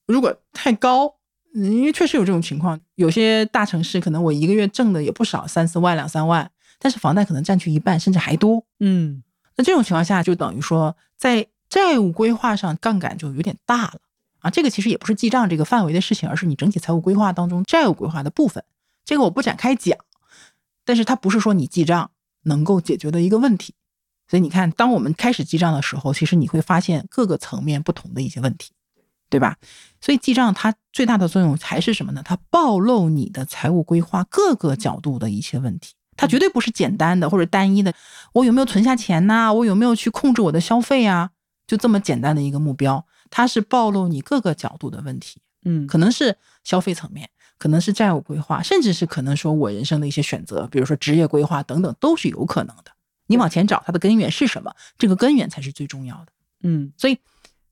A: 如果太高，嗯因为确实有这种情况，有些大城市可能我一个月挣的也不少，三四万、两三万，但是房贷可能占去一半甚至还多。
B: 嗯，
A: 那那这种情况下，就等于说在债务规划上杠杆就有点大了啊。这个其实也不是记账这个范围的事情，而是你整体财务规划当中债务规划的部分。这个我不展开讲，但是它不是说你记账能够解决的一个问题。所以你看，当我们开始记账的时候，其实你会发现各个层面不同的一些问题，对吧？所以记账它最大的作用还是什么呢？它暴露你的财务规划各个角度的一些问题。它绝对不是简单的或者单一的，我有没有存下钱呐、我有没有去控制我的消费啊？就这么简单的一个目标，它是暴露你各个角度的问题，
B: 嗯，
A: 可能是消费层面，可能是债务规划，甚至是可能说我人生的一些选择，比如说职业规划等等，都是有可能的。你往前找它的根源是什么？这个根源才是最重要的。
B: 嗯
A: 所以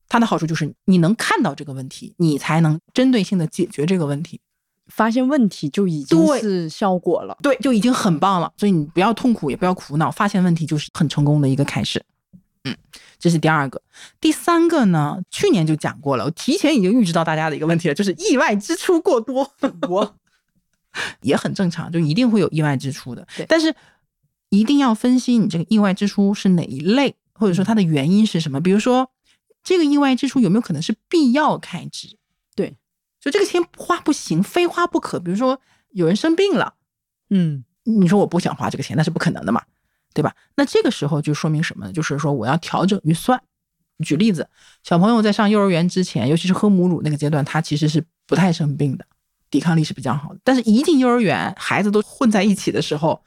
A: 它的好处就是你能看到这个问题，你才能针对性的解决这个问题。
B: 发现问题就已经
A: 对
B: 是效果 了。
A: 对，就已经很棒了。所以你不要痛苦，也不要苦恼，发现问题就是很成功的一个开始。嗯，这是第二个。第三个呢，去年就讲过了，我提前已经预知到大家的一个问题了，就是意外支出过多。 我也很正常，就一定会有意外支出的
B: 对，
A: 但是一定要分析你这个意外支出是哪一类，或者说它的原因是什么。比如说，这个意外支出有没有可能是必要开支？
B: 对，
A: 就这个钱不花不行，非花不可。比如说有人生病了。
B: 嗯
A: 你说我不想花这个钱，那是不可能的嘛，对吧？那这个时候就说明什么呢？就是说我要调整预算。举例子，小朋友在上幼儿园之前，尤其是喝母乳那个阶段，他其实是不太生病的，抵抗力是比较好的。但是，一进幼儿园，孩子都混在一起的时候，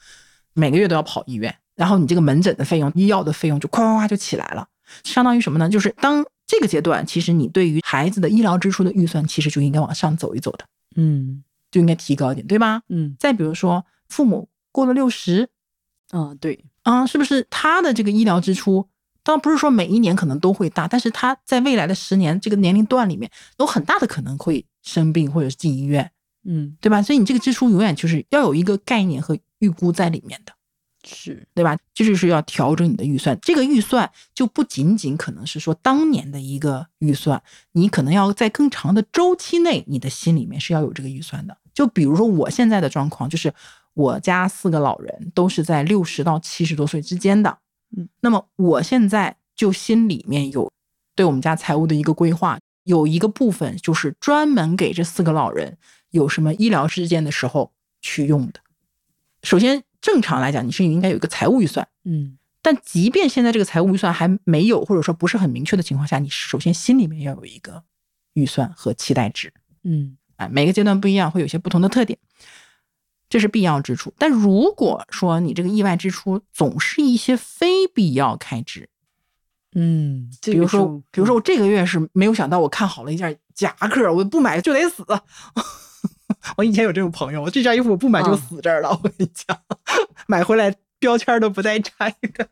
A: 每个月都要跑医院，然后你这个门诊的费用、医药的费用就夸夸夸就起来了。相当于什么呢？就是当这个阶段，其实你对于孩子的医疗支出的预算，其实就应该往上走一走的，
B: 嗯
A: 就应该提高一点，对吧？
B: 嗯
A: 再比如说，父母过了六十
B: 啊，对，
A: 啊，是不是他的这个医疗支出，当然不是说每一年可能都会大，但是他在未来的十年这个年龄段里面，有很大的可能会生病或者是进医院，
B: 嗯
A: 对吧？所以你这个支出永远就是要有一个概念和预估在里面的，
B: 是，
A: 对吧？这就是要调整你的预算，这个预算就不仅仅可能是说当年的一个预算，你可能要在更长的周期内，你的心里面是要有这个预算的。就比如说我现在的状况，就是我家四个老人都是在六十到七十多岁之间的，
B: 嗯，
A: 那么我现在就心里面有对我们家财务的一个规划，有一个部分就是专门给这四个老人有什么医疗事件的时候去用的。首先，正常来讲，你是应该有一个财务预算。
B: 嗯
A: 但即便现在这个财务预算还没有，或者说不是很明确的情况下，你首先心里面要有一个预算和期待值。
B: 嗯
A: 啊，每个阶段不一样，会有些不同的特点，这是必要支出。但如果说你这个意外支出总是一些非必要开支，
B: 嗯，
A: 比
B: 比
A: 如说，比
B: 嗯
A: 如说我这个月是没有想到，我看好了一件夹克，我不买就得死。 我以前有这种朋友，我这件衣服我不买就
B: 嗯
A: 死这儿了。我跟你讲， 买回来标签儿都不带拆的。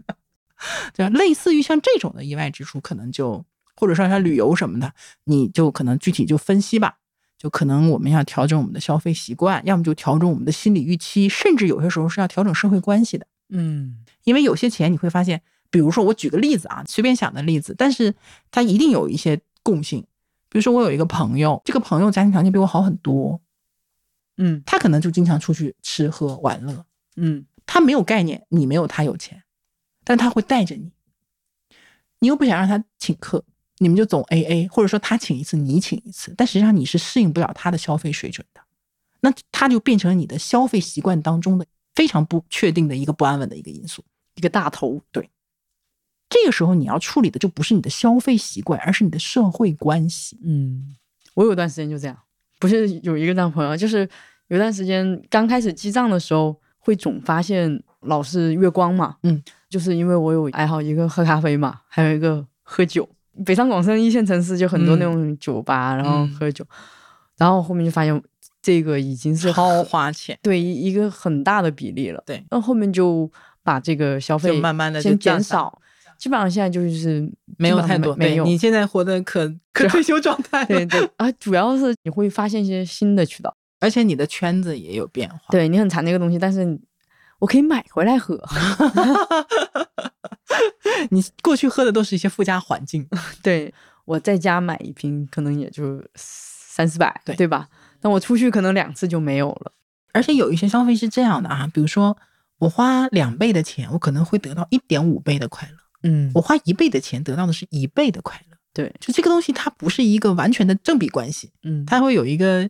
A: 对，啊类似于像这种的意外支出，可能就或者说像旅游什么的，你就可能具体就分析吧。就可能我们要调整我们的消费习惯，要么就调整我们的心理预期，甚至有些时候是要调整社会关系的。
B: 嗯
A: 因为有些钱你会发现，比如说我举个例子啊，随便想的例子，但是它一定有一些共性。比如说我有一个朋友，这个朋友家庭条件比我好很多，
B: 嗯
A: 他可能就经常出去吃喝玩乐，
B: 嗯
A: 他没有概念你没有他有钱，但他会带着你，你又不想让他请客，你们就总 A A，或者说他请一次你请一次，但实际上你是适应不了他的消费水准的，那他就变成你的消费习惯当中的非常不确定的一个不安稳的一个因素。
B: 一个大头，
A: 这个时候你要处理的就不是你的消费习惯，而是你的社会关系。
B: 嗯，我有段时间就这样，不是有一个男朋友，就是有段时间刚开始记账的时候，会总发现老是月光嘛，
A: 嗯，
B: 就是因为我有爱好，一个喝咖啡嘛，还有一个喝酒。北上广深一线城市就很多那种酒吧，然后
A: 嗯
B: 喝酒，然后后面就发现这个已经是很
A: 花钱，
B: 对一一个很大的比例了。
A: 对
B: 那后面就把这个消费
A: 就慢慢地就
B: 先
A: 降
B: 减
A: 下来
B: 少，基本上现在就是
A: 没有太多。
B: 基本上没没
A: 对
B: 有
A: 你现在活得可可退休状 态
B: 对
A: 了，
B: 对啊，主要是你会发现一些新的渠道，啊
A: 而且你的圈子也有变化。，
B: 对你很馋那个东西，但是你我可以买回来喝。
A: 你过去喝的都是一些附加环境，
B: 对我在家买一瓶，可能也就三四百，
A: 对
B: 吧？那我出去可能两次就没有了。
A: 而且有一些消费是这样的啊，比如说我花两倍的钱，我可能会得到一点五倍的快乐。
B: 嗯，
A: 我花一倍的钱得到的是一倍的快乐。
B: 对，
A: 就这个东西，它不是一个完全的正比关系，
B: 嗯，
A: 它会有一个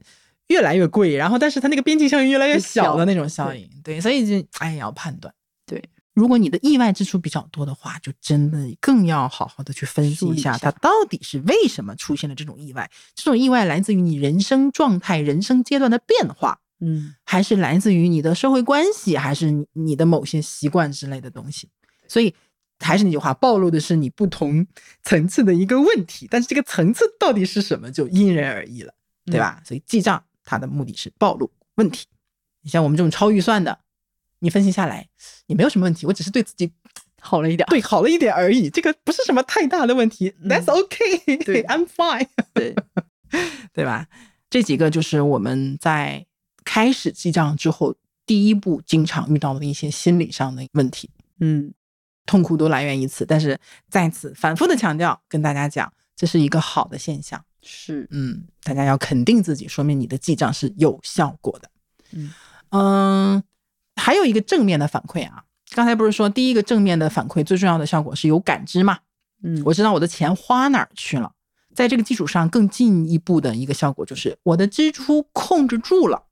A: 越来越贵，然后但是它那个边际效应越来越小的那种效应。对，所以就哎要判断。
B: 对，
A: 如果你的意外支出比较多的话，就真的更要好好的去分析
B: 梳
A: 一
B: 理一
A: 下，
B: 下
A: 它到底是为什么出现了这种意外。这种意外来自于你人生状态、人生阶段的变化，
B: 嗯
A: 还是来自于你的社会关系，还是你你的某些习惯之类的东西。所以还是那句话，暴露的是你不同层次的一个问题，但是这个层次到底是什么，就因人而异了，
B: 嗯
A: 对吧？所以记账它的目的是暴露问题。你像我们这种超预算的，你分析下来也没有什么问题，我只是对自己
B: 好了一点儿。
A: 对好了一点而已，这个不是什么太大的问题。
B: 嗯
A: That's okay，
B: 对
A: I'm fine。
B: 对，
A: 对吧？这几个就是我们在开始记账之后第一步经常遇到的一些心理上的问题，
B: 嗯
A: 痛苦都来源于此。但是在此反复的强调，跟大家讲，这是一个好的现象。
B: 是，
A: 嗯，大家要肯定自己，说明你的记账是有效果的。
B: 嗯
A: 嗯，还有一个正面的反馈啊，刚才不是说第一个正面的反馈最重要的效果是有感知嘛？
B: 嗯，
A: 我知道我的钱花哪儿去了。在这个基础上，更进一步的一个效果就是我的支出控制住了。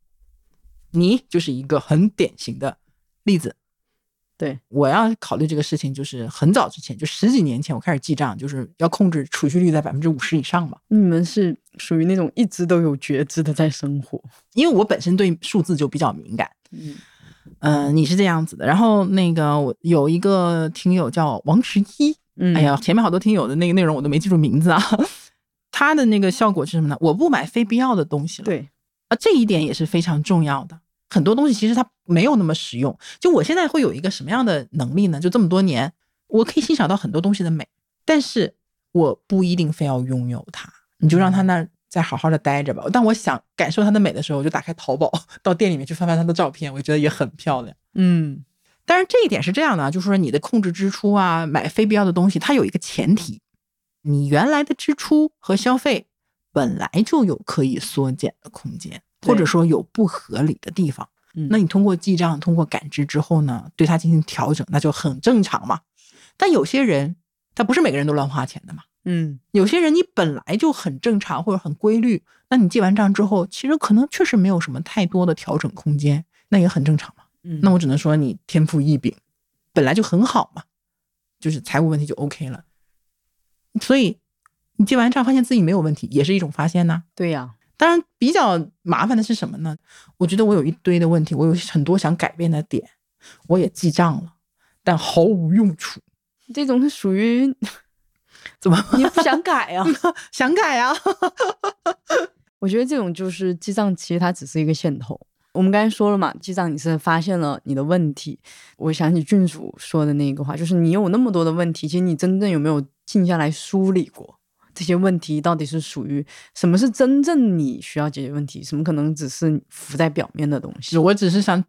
A: 你就是一个很典型的例子。
B: 对，
A: 我要考虑这个事情，就是很早之前，就十几年前我开始记账，就是要控制储蓄率在百分之五十以上嘛。
B: 你们是属于那种一直都有觉知的在生活。
A: 因为我本身对数字就比较敏感，
B: 嗯
A: 嗯、你是这样子的。然后那个我有一个听友叫王十一，
B: 嗯，
A: 哎呀，，前面好多听友的那个内容我都没记住名字啊。 他的那个效果是什么呢？我不买非必要的东西了。
B: 嗯对，
A: 啊，这一点也是非常重要的。很多东西其实它没有那么实用。就我现在会有一个什么样的能力呢？就这么多年，我可以欣赏到很多东西的美，但是我不一定非要拥有它。你就让它那儿再好好的待着吧。当我想感受它的美的时候，我就打开淘宝， 到店里面去翻翻它的照片，我觉得也很漂亮。
B: 嗯
A: 但是这一点是这样的啊，就是说你的控制支出啊，买非必要的东西，它有一个前提，你原来的支出和消费本来就有可以缩减的空间，
B: 对
A: 或者说有不合理的地方。
B: 嗯，
A: 那你通过记账、通过感知之后呢，对它进行调整，那就很正常嘛。但有些人，他不是每个人都乱花钱的嘛。
B: 嗯
A: 有些人你本来就很正常或者很规律，那你记完账之后，其实可能确实没有什么太多的调整空间，那也很正常嘛。
B: 嗯，
A: 那我只能说你天赋异禀，本来就很好嘛，就是财务问题就 OK 了。所以你记完账发现自己没有问题，也是一种发现呐、
B: 对呀，
A: 当然，比较麻烦的是什么呢？我觉得我有一堆的问题，我有很多想改变的点，我也记账了，但毫无用处。
B: 这种是属于
A: 怎么
B: 你不想改啊？
A: 想改啊？
B: 我觉得这种就是记账，其实它只是一个线头。我们刚才说了嘛，记账你是发现了你的问题。我想起郡主说的那个话，就是你有那么多的问题，其实你真正有没有静下来梳理过这些问题到底是属于什么是真正你需要解决问题，什么可能只是浮在表面的东西
A: 是。我只是想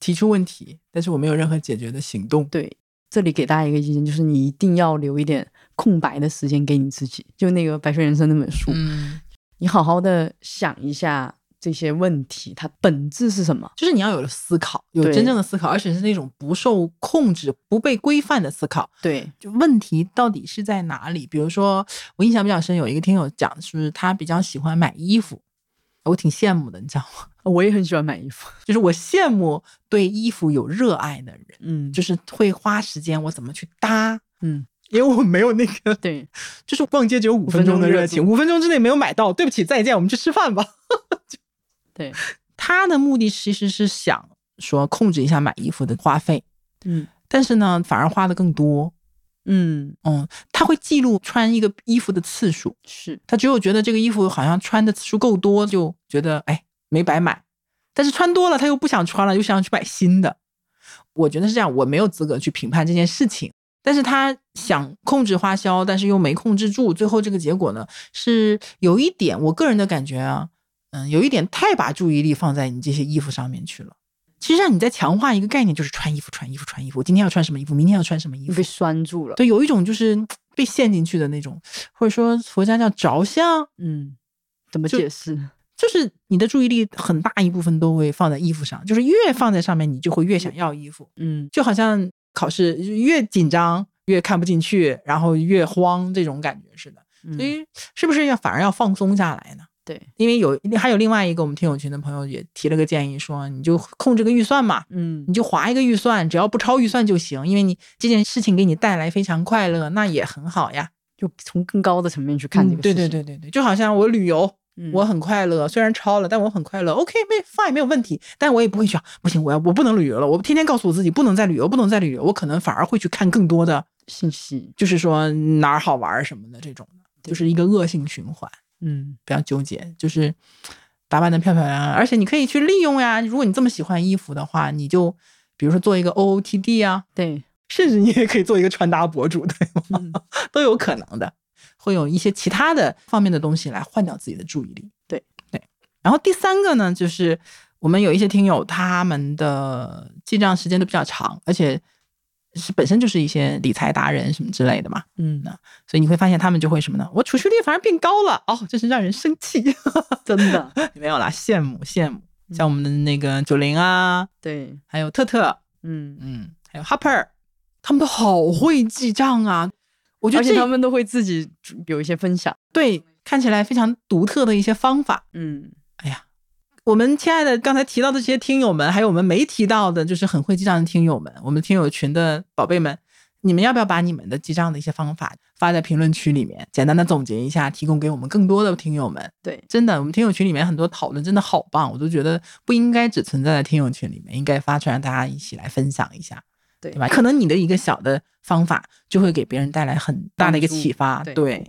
A: 提出问题，但是我没有任何解决的行动。
B: 对，这里给大家一个意见，就是你一定要留一点空白的时间给你自己。就那个《白雪人生》那本书，
A: 嗯，
B: 你好好的想一下这些问题，它本质是什么？
A: 就是你要有思考，有
B: 对
A: 真正的思考，而且是那种不受控制、不被规范的思考。
B: 对，
A: 就问题到底是在哪里？比如说，我印象比较深，有一个听友讲，是他比较喜欢买衣服，我挺羡慕的，你知道吗？
B: 我也很喜欢买衣服。
A: 就是我羡慕对衣服有热爱的人，
B: 嗯，
A: 就是是会花时间我怎么去搭，
B: 嗯，
A: 因为我没有那个，
B: 对，
A: 就是逛街只有五分钟的热情，五分钟之内没有买到，对不起，再见，我们去吃饭吧。
B: 对，
A: 他的目的其实是想说控制一下买衣服的花费，
B: 嗯
A: 但是呢，反而花的更多。
B: 嗯，
A: 嗯，他会记录穿一个衣服的次数，
B: 是
A: 他只有觉得这个衣服好像穿的次数够多，就觉得哎没白买，但是穿多了他又不想穿了，又想去买新的。我觉得是这样，我没有资格去评判这件事情。但是他想控制花销，但是又没控制住，最后这个结果呢，是有一点我个人的感觉啊，嗯，有一点太把注意力放在你这些衣服上面去了。其实让你在强化一个概念，就是穿衣服，穿衣服，穿衣服。今天要穿什么衣服，明天要穿什么衣
B: 你
A: 服
B: 被，拴住了。
A: 对，有一种就是嗯被陷进去的那种，或者说佛家叫着相，
B: 嗯，怎么
A: 就
B: 解释？
A: 就是你的注意力很大一部分都会放在衣服上，就是越放在上面，你就会越想要衣服，
B: 嗯
A: 就好像考试越紧张，越看不进去，然后越慌这种感觉似的。所
B: 嗯，
A: 以是不是要反而要放松下来呢？
B: 对，
A: 因为有还有另外一个我们听友群的朋友也提了个建议说，你就控制个预算嘛，
B: 嗯
A: 你就划一个预算，只要不超预算就行，因为你这件事情给你带来非常快乐，那也很好呀。
B: 就从更高的层面去看这
A: 嗯
B: 个
A: 对
B: 事情。嗯
A: 对对对对，就好像我旅游，
B: 对
A: 我很快乐，虽然超了，但我很快乐。OK，没 fine 没有问题，但我也不会去，不行，我要我不能旅游了，我天天告诉我自己不能再旅游，不能再旅游，我可能反而会去看更多的，
B: 信息，
A: 就是说哪儿好玩儿什么的这种的，就是一个恶性循环。
B: 嗯
A: 不要纠结，就是打扮的漂漂亮亮，而且你可以去利用呀。如果你这么喜欢衣服的话，你就比如说做一个 OOTD 啊，
B: 对，
A: 甚至你也可以做一个穿搭博主，对吗？
B: 嗯
A: 都有可能的，会有一些其他的方面的东西来换掉自己的注意力。
B: 对
A: 对，然后第三个呢，就是我们有一些听友，他们的记账时间都比较长，而且是本身就是一些理财达人什么之类的嘛，
B: 嗯
A: 所以你会发现他们就会什么呢？我储蓄率反而变高了，哦，真是让人生气。
B: 真的，
A: 没有啦，羡慕羡慕，像
B: 嗯
A: 我们的那个九零啊，
B: 对，
A: 还有特特，
B: 嗯，
A: 嗯，还有 Hopper，他们都好会记账啊。我觉
B: 而
A: 得
B: 且他
A: 这
B: 们都会自己有一些分享，
A: 对看起来非常独特的一些方法。
B: 嗯
A: 哎我们亲爱的刚才提到的这些听友们，还有我们没提到的，就是很会记账的听友们，我们听友群的宝贝们，你们要不要把你们的记账的一些方法发在评论区里面，简单的总结一下，提供给我们更多的听友们？
B: 对，
A: 真的，我们听友群里面很多讨论真的好棒，我都觉得不应该只存在在听友群里面，应该发出来让大家一起来分享一下，
B: 对
A: 对吧？可能你的一个小的方法就会给别人带来很大的一个
B: 帮助
A: 启发，
B: 对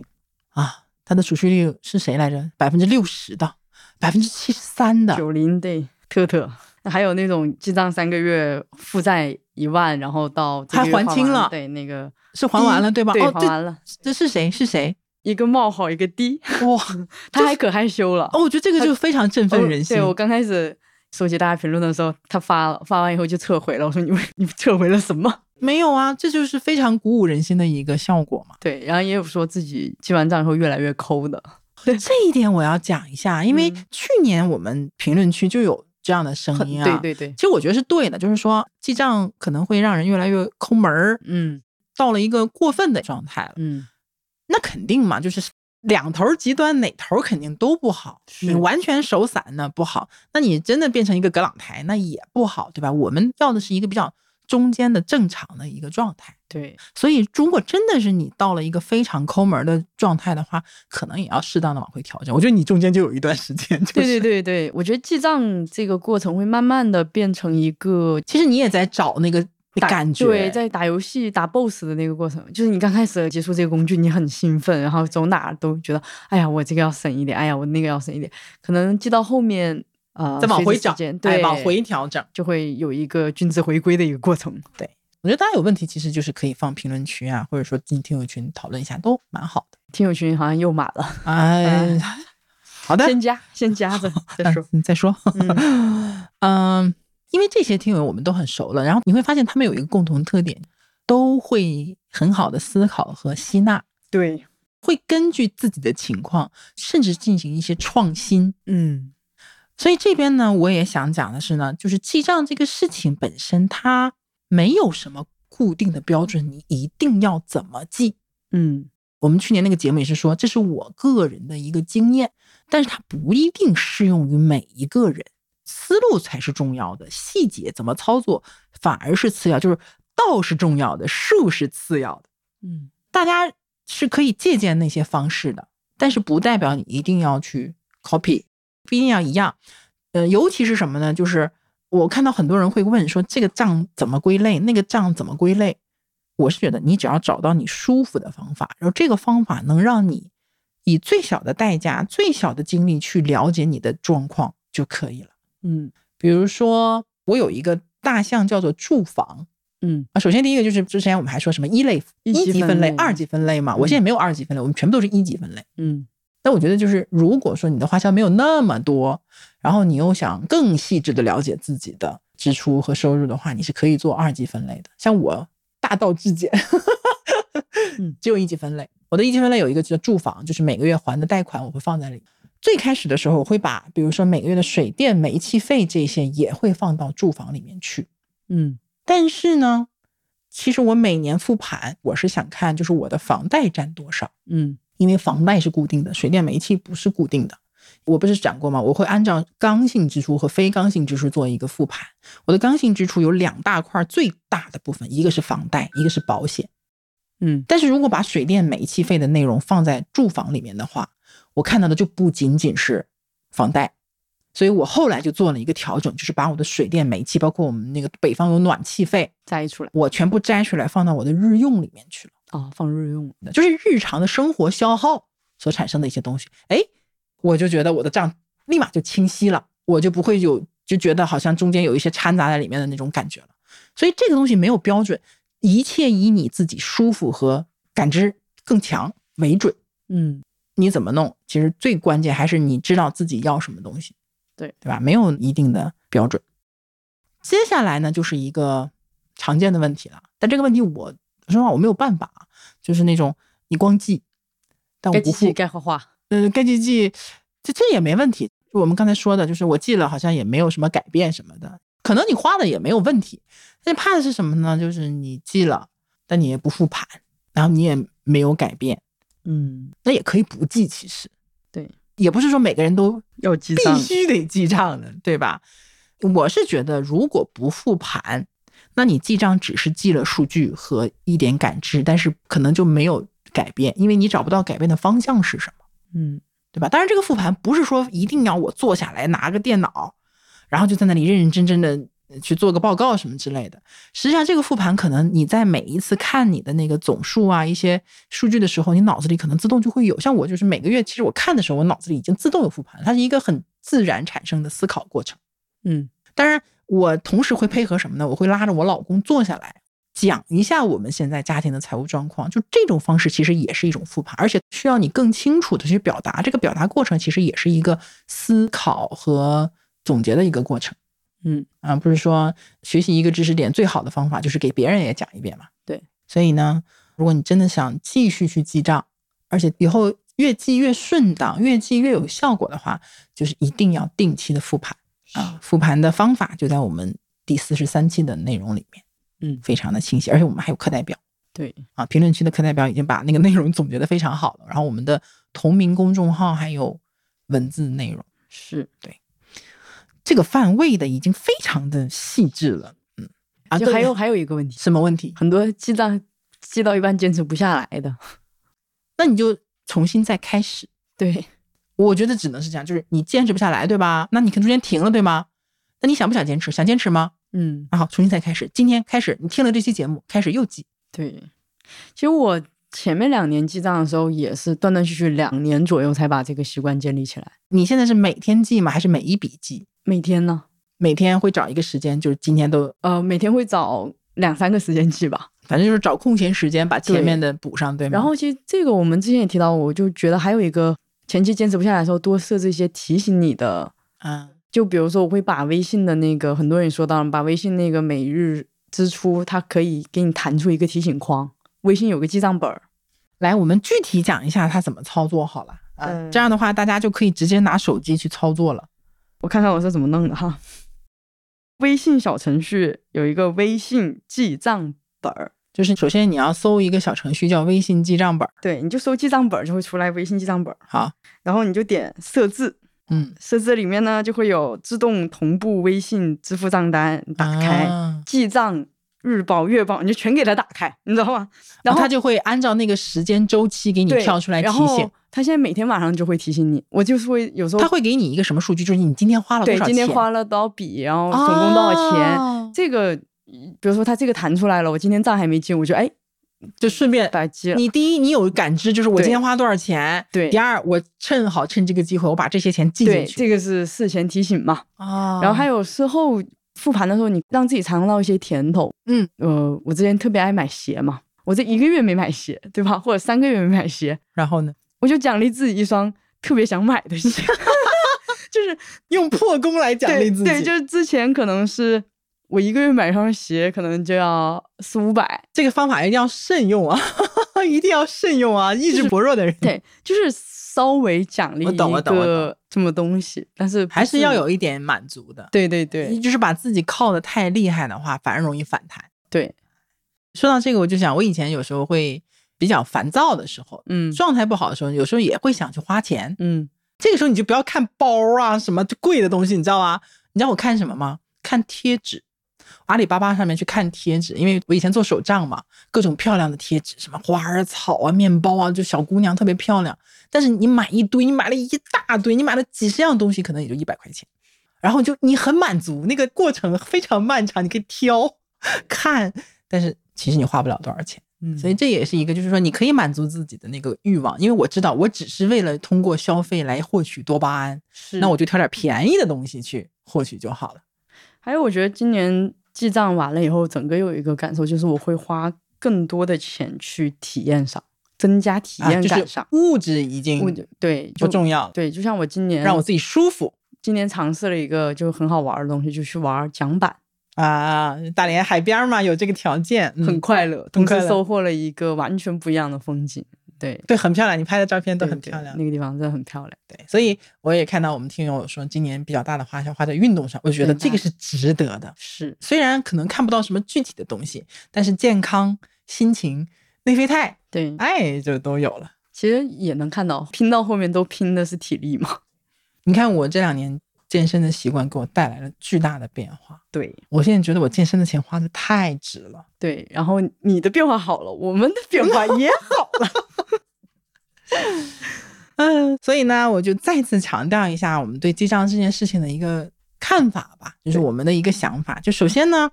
A: 啊，他的储蓄率是谁来着？百分之六十的，百分之七十三的，
B: 九零对特 特，还有那种记账三个月负债一万，然后到这个
A: 还
B: 月
A: 还清
B: 完
A: 了
B: 对那个
A: 是还完了
B: 低
A: 对吧？
B: 对，
A: 哦，
B: 还
A: 对，
B: 完了，
A: 这是谁？是 谁？
B: 一个冒号一个 低，
A: 哇，
B: 他还可害羞了，
A: 哦，我觉得这个就非常振
B: 哦
A: 奋人心
B: 对。我刚开始收集大家评论的时候，他发了，发完以后就撤回了，我说你们你们撤回了什么？
A: 没有啊，这就是非常鼓舞人心的一个效果 嘛。
B: 对，然后也有说自己记完账以后越来越抠的，
A: 这一点我要讲一下，因为
B: 嗯
A: 去年我们评论区就有这样的声
B: 很
A: 音啊。
B: 对对对，
A: 其实我觉得是对的，就是说记账可能会让人越来越抠门儿，
B: 嗯
A: 到了一个过分的状态了。
B: 嗯，
A: 那肯定嘛，就是两头儿极端，哪头儿肯定都不好。
B: 是
A: 你完全手散呢不好，那你真的变成一个葛朗台那也不好，对吧？我们要的是一个比较中间的正常的一个状态。
B: 对，
A: 所以，如果真的是你到了一个非常抠门儿的状态的话，可能也要适当的往回调整。我觉得你中间就有一段时间，就是、
B: 对对对对，我觉得记账这个过程会慢慢的变成一个
A: 其实你也在找那个
B: 打
A: 感觉，
B: 对，在打游戏打 BOSS 的那个过程，就是你刚开始接触这个工具，你很兴奋，然后走哪儿都觉得，哎呀，我这个要省一点，哎呀，我那个要省一点，可能记到后面，呃，
A: 再往
B: 随着
A: 回
B: 时
A: 找
B: 间，
A: 哎
B: 对，
A: 往回调整。
B: 就会有一个均值回归的一个过程。
A: 我觉得大家有问题，其实就是可以放评论区啊，或者说进听友群讨论一下，都蛮好的。
B: 听友群好像又满了，
A: 哎，好的，
B: 先加先 加着再说。
A: 嗯再说。
B: 嗯
A: 嗯，因为这些听友我们都很熟了，然后你会发现他们有一个共同特点，都会很好的思考和吸纳，
B: 对，
A: 会根据自己的情况，甚至进行一些创新。
B: 嗯
A: 所以这边呢，我也想讲的是呢，就是记账这个事情本身，它没有什么固定的标准，你一定要怎么记。
B: 嗯，
A: 我们去年那个节目也是说，这是我个人的一个经验，但是它不一定适用于每一个人。思路才是重要的，细节怎么操作反而是次要，就是道是重要的，术是次要的。
B: 嗯，
A: 大家是可以借鉴那些方式的，但是不代表你一定要去 copy，不一定要一样。呃，尤其是什么呢？就是我看到很多人会问说这个账怎么归类，那个账怎么归类。我是觉得你只要找到你舒服的方法，然后这个方法能让你以最小的代价、最小的精力去了解你的状况就可以了。
B: 嗯
A: 比如说，我有一个大项叫做住房，
B: 嗯
A: 啊，首先第一个就是之前我们还说什么一类、
B: 一级
A: 级
B: 分
A: 分类、
B: 类
A: 二级分类嘛，我现在没有二级分类，我们全部都是一级分类。
B: 嗯
A: 但我觉得就是，如果说你的花销没有那么多，然后你又想更细致的了解自己的支出和收入的话，你是可以做二级分类的。像我大道至简
B: 嗯，
A: 只有一级分类。我的一级分类有一个叫住房，就是每个月还的贷款，我会放在里。最开始的时候，我会把比如说每个月的水电、煤气费这些也会放到住房里面去。
B: 嗯
A: 但是呢，其实我每年复盘，我是想看就是我的房贷占多少，
B: 嗯
A: 因为房贷是固定的，水电煤气不是固定的。我不是讲过吗？我会按照刚性支出和非刚性支出做一个复盘。我的刚性支出有两大块，最大的部分一个是房贷，一个是保险。
B: 嗯
A: 但是如果把水电煤气费的内容放在住房里面的话，我看到的就不仅仅是房贷，所以我后来就做了一个调整，就是把我的水电煤气，包括我们那个北方有暖气费，
B: 摘出来
A: 我全部摘出来放到我的日用里面去了，
B: 哦，放日用
A: 就是日常的生活消耗所产生的一些东西。哎，我就觉得我的账立马就清晰了，我就不会有就觉得好像中间有一些掺杂在里面的那种感觉了。所以这个东西没有标准，一切以你自己舒服和感知更强为准。
B: 嗯
A: 你怎么弄，其实最关键还是你知道自己要什么东西，
B: 对
A: 对吧？没有一定的标准。接下来呢，就是一个常见的问题了，但这个问题我说实话我没有办法，就是那种你光记，但我
B: 该
A: 不
B: 记
A: 付
B: 记，该画画，
A: 呃，该记记，这这也没问题。我们刚才说的就是我记了，好像也没有什么改变什么的，可能你花的也没有问题，但是怕的是什么呢？就是你记了，但你也不复盘，然后你也没有改变，
B: 嗯，
A: 那也可以不记，其实。
B: 对，
A: 也不是说每个人都
B: 要记账
A: 必，须得记账的，对吧？我是觉得，如果不复盘，那你记账只是记了数据和一点感知，但是可能就没有改变，因为你找不到改变的方向是什么，
B: 嗯
A: 对吧？当然，这个复盘不是说一定要我坐下来拿个电脑，然后就在那里认认真真的去做个报告什么之类的。实际上，这个复盘可能你在每一次看你的那个总数啊、一些数据的时候，你脑子里可能自动就会有。像我就是每个月，其实我看的时候，我脑子里已经自动有复盘，它是一个很自然产生的思考过程。
B: 嗯
A: 当然，我同时会配合什么呢？我会拉着我老公坐下来。讲一下我们现在家庭的财务状况，就这种方式其实也是一种复盘，而且需要你更清楚的去表达。这个表达过程其实也是一个思考和总结的一个过程。
B: 嗯
A: 啊，不是说学习一个知识点最好的方法就是给别人也讲一遍嘛。
B: 对，
A: 所以呢，如果你真的想继续去记账，而且以后越记越顺当，越记越有效果的话，就是一定要定期的复盘啊。复盘的方法就在我们第四十三期的内容里面，
B: 嗯，
A: 非常的清晰，而且我们还有课代表。
B: 对，
A: 啊，评论区的课代表已经把那个内容总结的非常好了，然后我们的同名公众号还有文字内容。
B: 是，
A: 这个范围的已经非常的细致了，嗯啊，
B: 就
A: 对
B: 还有还有一个问题，
A: 什么问题？
B: 很多记账记到一半坚持不下来的，
A: 那你就重新再开始。
B: 对，
A: 我觉得只能是这样，就是你坚持不下来，对吧？那你可能中间停了，对吗？那你想不想坚持？想坚持吗？
B: 嗯。
A: 啊，好，重新再开始。今天开始，你听了这期节目，开始又记。
B: 对，其实我前面两年记账的时候，也是断断续续两年左右才把这个习惯建立起来。
A: 你现在是每天记吗？还是每一笔记？
B: 每天呢，
A: 每天会找一个时间，就是今天都，
B: 呃，每天会找两三个时间记吧。
A: 反正就是找空闲时间把前
B: 对
A: 面的补上，对吗？
B: 然后其实这个我们之前也提到，我就觉得还有一个前期坚持不下来的时候，多设置一些提醒你的，
A: 啊，
B: 就比如说我会把微信的那个，很多人说到了，把微信那个每日支出，它可以给你弹出一个提醒框。微信有个记账本儿，
A: 来，我们具体讲一下它怎么操作好了。啊，
B: 嗯
A: 这样的话大家就可以直接拿手机去操作了。
B: 我看看我是怎么弄的哈。微信小程序有一个微信记账本儿，
A: 就是首先你要搜一个小程序叫微信记账本儿，
B: 对，你就搜记账本儿就会出来微信记账本儿，
A: 好，
B: 然后你就点设置，
A: 嗯，
B: 设置里面呢就会有自动同步微信支付账单，你打开、
A: 啊
B: 记账日报、月报，你就全给它打开，你知道吗？然
A: 然
B: 后
A: 哦后它就会按照那个时间周期给你
B: 对
A: 跳出来提
B: 然
A: 醒
B: 后，它现在每天晚上就会提醒你，我就是会有时候
A: 它会给你一个什么数据，就是你今天花了多
B: 对
A: 少钱，
B: 今天花了多少笔，然后总共多少钱，
A: 哦
B: 这个，嗯比如说他这个弹出来了，我今天账还没记，我就哎
A: 就顺便。
B: 把它记了。
A: 你第一，你有感知，就是我
B: 对
A: 今天花多少钱；
B: 对
A: 第二，我趁好趁这个机会，我把这些钱记
B: 对，
A: 进去
B: 这个是事前提醒嘛。
A: 啊
B: 然后还有事后复盘的时候，你让自己尝到一些甜头。
A: 嗯，
B: 呃，我之前特别爱买鞋嘛，我这一个月没买鞋，对吧？或者三个月没买鞋，
A: 然后呢，
B: 我就奖励自己一双特别想买的鞋， 就是
A: 用破功来奖励自己，
B: 对，对，就是之前可能是我一个月买一双鞋，可能就要四五百，
A: 这个方法一定要慎用啊， 一定要慎用啊，意志薄弱的人
B: 对，就是稍微奖励
A: 我
B: 一
A: 懂我懂我
B: 个这么东西，但是不
A: 还是要有一点满足的。
B: 对对对
A: 就是把自己靠的太厉害的话，反而容易反弹。
B: 对，
A: 说到这个，我就想，我以前有时候会比较烦躁的时候，
B: 嗯
A: 状态不好的时候，有时候也会想去花钱。
B: 嗯，
A: 这个时候你就不要看包啊，什么贵的东西，你知道吗？你知道我看什么吗？看贴纸，阿里巴巴上面去看贴纸，因为我以前做手账嘛，各种漂亮的贴纸，什么花儿、草啊、面包啊，就小姑娘特别漂亮。但是你买一堆，你买了一大堆，你买了几十样东西，可能也就一百块钱，然后就你很满足，那个过程非常漫长，你可以挑 看，但是其实你花不了多少钱。
B: 嗯
A: 所以这也是一个，就是说你可以满足自己的那个欲望，因为我知道我只是为了通过消费来获取多巴胺，
B: 是
A: 那我就挑点便宜的东西去获取就好了。
B: 还有，我觉得今年记账完了以后，整个有一个感受就是，我会花更多的钱去体验上，增加体验
A: 啊、
B: 感
A: 就是
B: 上。
A: 物质已
B: 我
A: 经
B: 就对，
A: 不
B: 就
A: 重要，
B: 对，就像我今年，
A: 让我自己舒服
B: 今年尝试了一个就很好玩的东西，就去玩桨板，
A: 啊。大连海边嘛，有这个条件，嗯
B: 很快乐，同
A: 快
B: 时
A: 乐
B: 收获了一个完全不一样的风景。对，
A: 对，很漂亮。你拍的照片都
B: 对
A: 很
B: 对
A: 漂亮，
B: 那个地方真的很漂亮。
A: 对所以我也看到我们听友说，今年比较大的花销花在运动上，我觉得
B: 对
A: 这个是值得的。
B: 是，
A: 虽然可能看不到什么具体的东西，但是健康、心情、内啡肽，
B: 对，
A: 哎，就都有了。
B: 其实也能看到，拼到后面都拼的是体力嘛。
A: 你看我这两年健身的习惯给我带来了巨大的变化。
B: 对
A: 我现在觉得我健身的钱花的太值了。
B: 对，然后你的变化好了，我们的变 化也好了。
A: 嗯，所以呢，我就再次强调一下我们对记账这件事情的一个看法吧，就是我们的一个想法。就首先呢，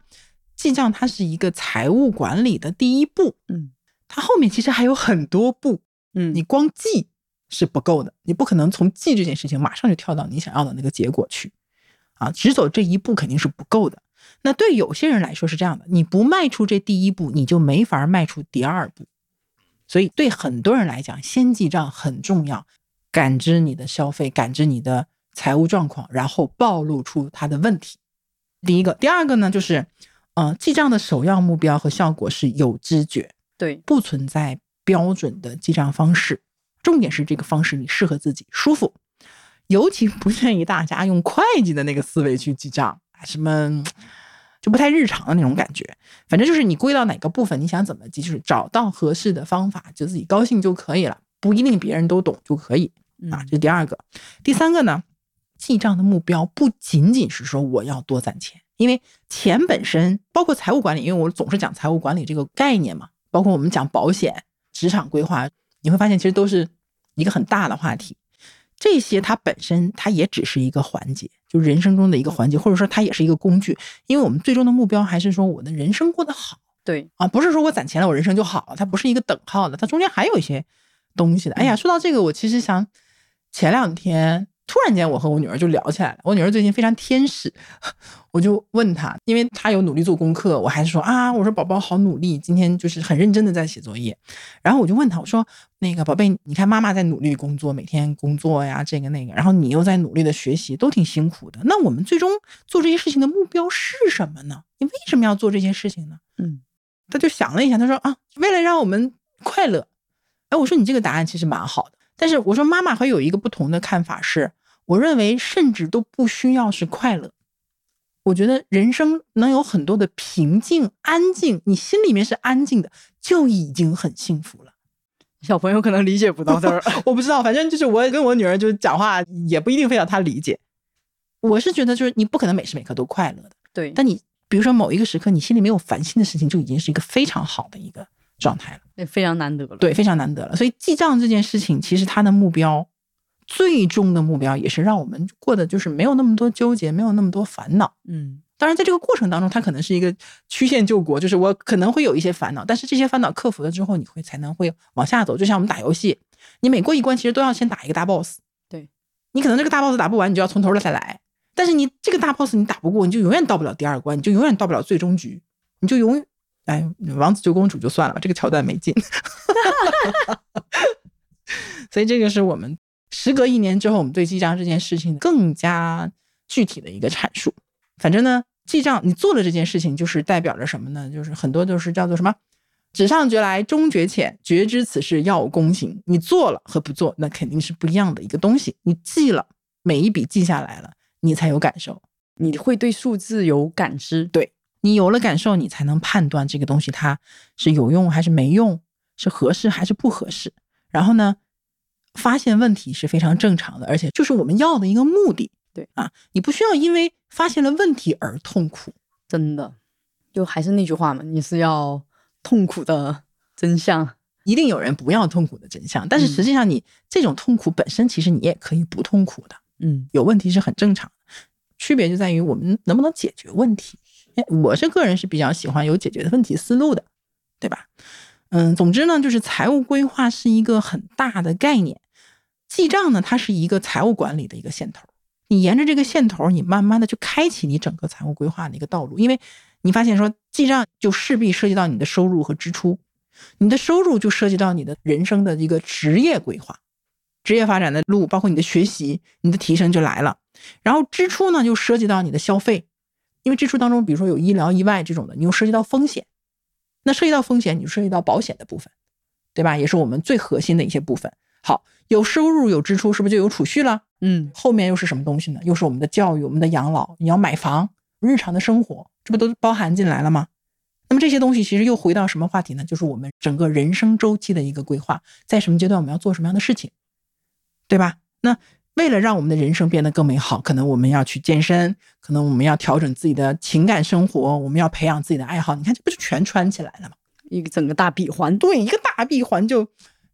A: 记账它是一个财务管理的第一步，
B: 嗯，
A: 它后面其实还有很多步，
B: 嗯，
A: 你光记是不够的，你不可能从记这件事情马上就跳到你想要的那个结果去，啊，只走这一步肯定是不够的。那对有些人来说是这样的，你不迈出这第一步，你就没法迈出第二步。所以对很多人来讲，先记账很重要，感知你的消费，感知你的财务状况，然后暴露出它的问题。第一个，第二个呢，就是，呃，记账的首要目标和效果是有知觉，
B: 对，
A: 不存在标准的记账方式，重点是这个方式你适合自己，舒服。尤其不建议大家用会计的那个思维去记账，啊什么嗯就不太日常的那种感觉。反正就是你归到哪个部分，你想怎么记，就是找到合适的方法，就自己高兴就可以了，不一定别人都懂就可以。
B: 嗯
A: 啊，这是第二个。第三个呢，记账的目标不仅仅是说我要多攒钱，因为钱本身包括财务管理，因为我总是讲财务管理这个概念嘛，包括我们讲保险、职场规划，你会发现其实都是一个很大的话题。这些它本身它也只是一个环节，就人生中的一个环节，或者说它也是一个工具，因为我们最终的目标还是说我的人生过得好。
B: 对，
A: 啊，不是说我攒钱了，我人生就好了，它不是一个等号的，它中间还有一些东西的。哎呀，说到这个，我其实想前两天突然间我和我女儿就聊起来了，我女儿最近非常天使， 我就问她，因为她有努力做功课，我还说啊，我说宝宝好努力，今天就是很认真的在写作业，然后我就问她，我说那个宝贝，你看妈妈在努力工作，每天工作呀，这个那个，然后你又在努力的学习，都挺辛苦的，那我们最终做这些事情的目标是什么呢？你为什么要做这些事情呢？
B: 嗯，
A: 他就想了一下，他说啊，为了让我们快乐。哎，我说你这个答案其实蛮好的，但是我说妈妈会有一个不同的看法是，我认为甚至都不需要是快乐。我觉得人生能有很多的平静、安静，你心里面是安静的，就已经很幸福了。
B: 小朋友可能理解不到这儿。
A: 我不知道，反正就是我跟我女儿就是讲话，也不一定非要她理解。我是觉得就是你不可能每时每刻都快乐的，
B: 对，
A: 但你比如说某一个时刻，你心里没有烦心的事情，就已经是一个非常好的一个状态了。
B: 也非常难得了。
A: 对，非常难得了。所以记账这件事情，其实它的目标，最终的目标也是让我们过得就是没有那么多纠结，没有那么多烦恼。
B: 嗯，
A: 当然，在这个过程当中，它可能是一个曲线救国，就是我可能会有一些烦恼，但是这些烦恼克服了之后，你会才能会往下走。就像我们打游戏，你每过一关，其实都要先打一个大 boss。
B: 对，
A: 你可能这个大 boss 打不完，你就要从头再来。但是你这个大 boss 你打不过，你就永远到不了第二关，你就永远到不了最终局，你就永远哎，王子救公主就算了吧，这个桥段没劲。 所以这个是我们时隔一年之后，我们对记账这件事情更加具体的一个阐述。反正呢，记账你做了这件事情，就是代表着什么呢？就是很多就是叫做什么“纸上觉来终觉浅，觉知此事要有躬行”。你做了和不做，那肯定是不一样的一个东西。你记了，每一笔记下来了，你才有感受。
B: 你会对数字有感知。对，
A: 你有了感受，你才能判断这个东西它是有用还是没用，是合适还是不合适。然后呢，发现问题是非常正常的，而且就是我们要的一个目的。
B: 对
A: 啊，你不需要因为发现了问题而痛苦。
B: 真的，就还是那句话嘛，你是要痛苦的真相。
A: 一定有人不要痛苦的真相，但是
B: 嗯
A: 实际上你这种痛苦本身，其实你也可以不痛苦的。
B: 嗯
A: 有问题是很正常的，区别就在于我们能不能解决问题。哎我是个人是比较喜欢有解决问题思路的，对吧？嗯，总之呢，就是财务规划是一个很大的概念，记账呢，它是一个财务管理的一个线头。你沿着这个线头，你慢慢的去开启你整个财务规划的一个道路，因为你发现说记账就势必涉及到你的收入和支出，你的收入就涉及到你的人生的一个职业规划，职业发展的路，包括你的学习、你的提升就来了。然后支出呢，就涉及到你的消费，因为支出当中，比如说有医疗、意外这种的，你又涉及到风险。那涉及到风险，你就涉及到保险的部分，对吧？也是我们最核心的一些部分。好，有收入有支出，是不是就有储蓄了？
B: 嗯，
A: 后面又是什么东西呢？又是我们的教育、我们的养老，你要买房，日常的生活，这不都包含进来了吗？那么这些东西其实又回到什么话题呢？就是我们整个人生周期的一个规划，在什么阶段我们要做什么样的事情，对吧？那为了让我们的人生变得更美好，可能我们要去健身，可能我们要调整自己的情感生活，我们要培养自己的爱好。你看，这不就全穿起来了吗？
B: 一个整个大闭环。
A: 对，一个大闭环就，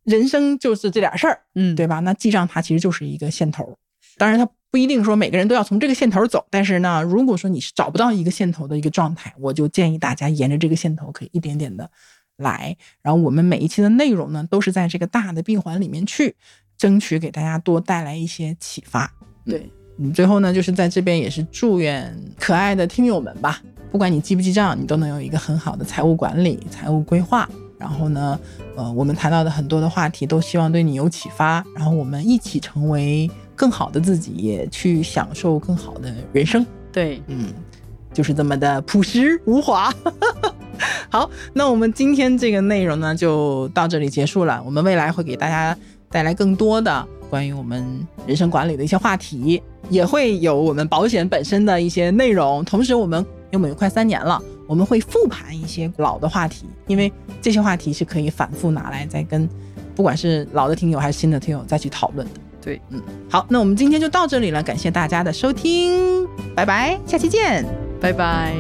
A: 人生就是这点事儿。
B: 嗯，
A: 对吧？那记账它其实就是一个线头儿，当然它不一定说每个人都要从这个线头儿走，但是呢，如果说你是找不到一个线头的一个状态，我就建议大家沿着这个线头可以一点点的来。然后我们每一期的内容呢，都是在这个大的闭环里面去争取给大家多带来一些启发。
B: 对，
A: 嗯，最后呢，就是在这边也是祝愿可爱的听友们吧，不管你记不记账，你都能有一个很好的财务管理、财务规划。然后呢，呃，我们谈到的很多的话题都希望对你有启发，然后我们一起成为更好的自己，也去享受更好的人生。
B: 对，
A: 嗯，就是这么的朴实无华。 好，那我们今天这个内容呢，就到这里结束了。我们未来会给大家带来更多的关于我们人生管理的一些话题，也会有我们保险本身的一些内容。同时，我们因为我们有快三年了，我们会复盘一些老的话题，因为这些话题是可以反复拿来再跟不管是老的听友还是新的听友再去讨论的。
B: 对，
A: 嗯，好，那我们今天就到这里了，感谢大家的收听，拜拜，下期见。
B: 拜拜。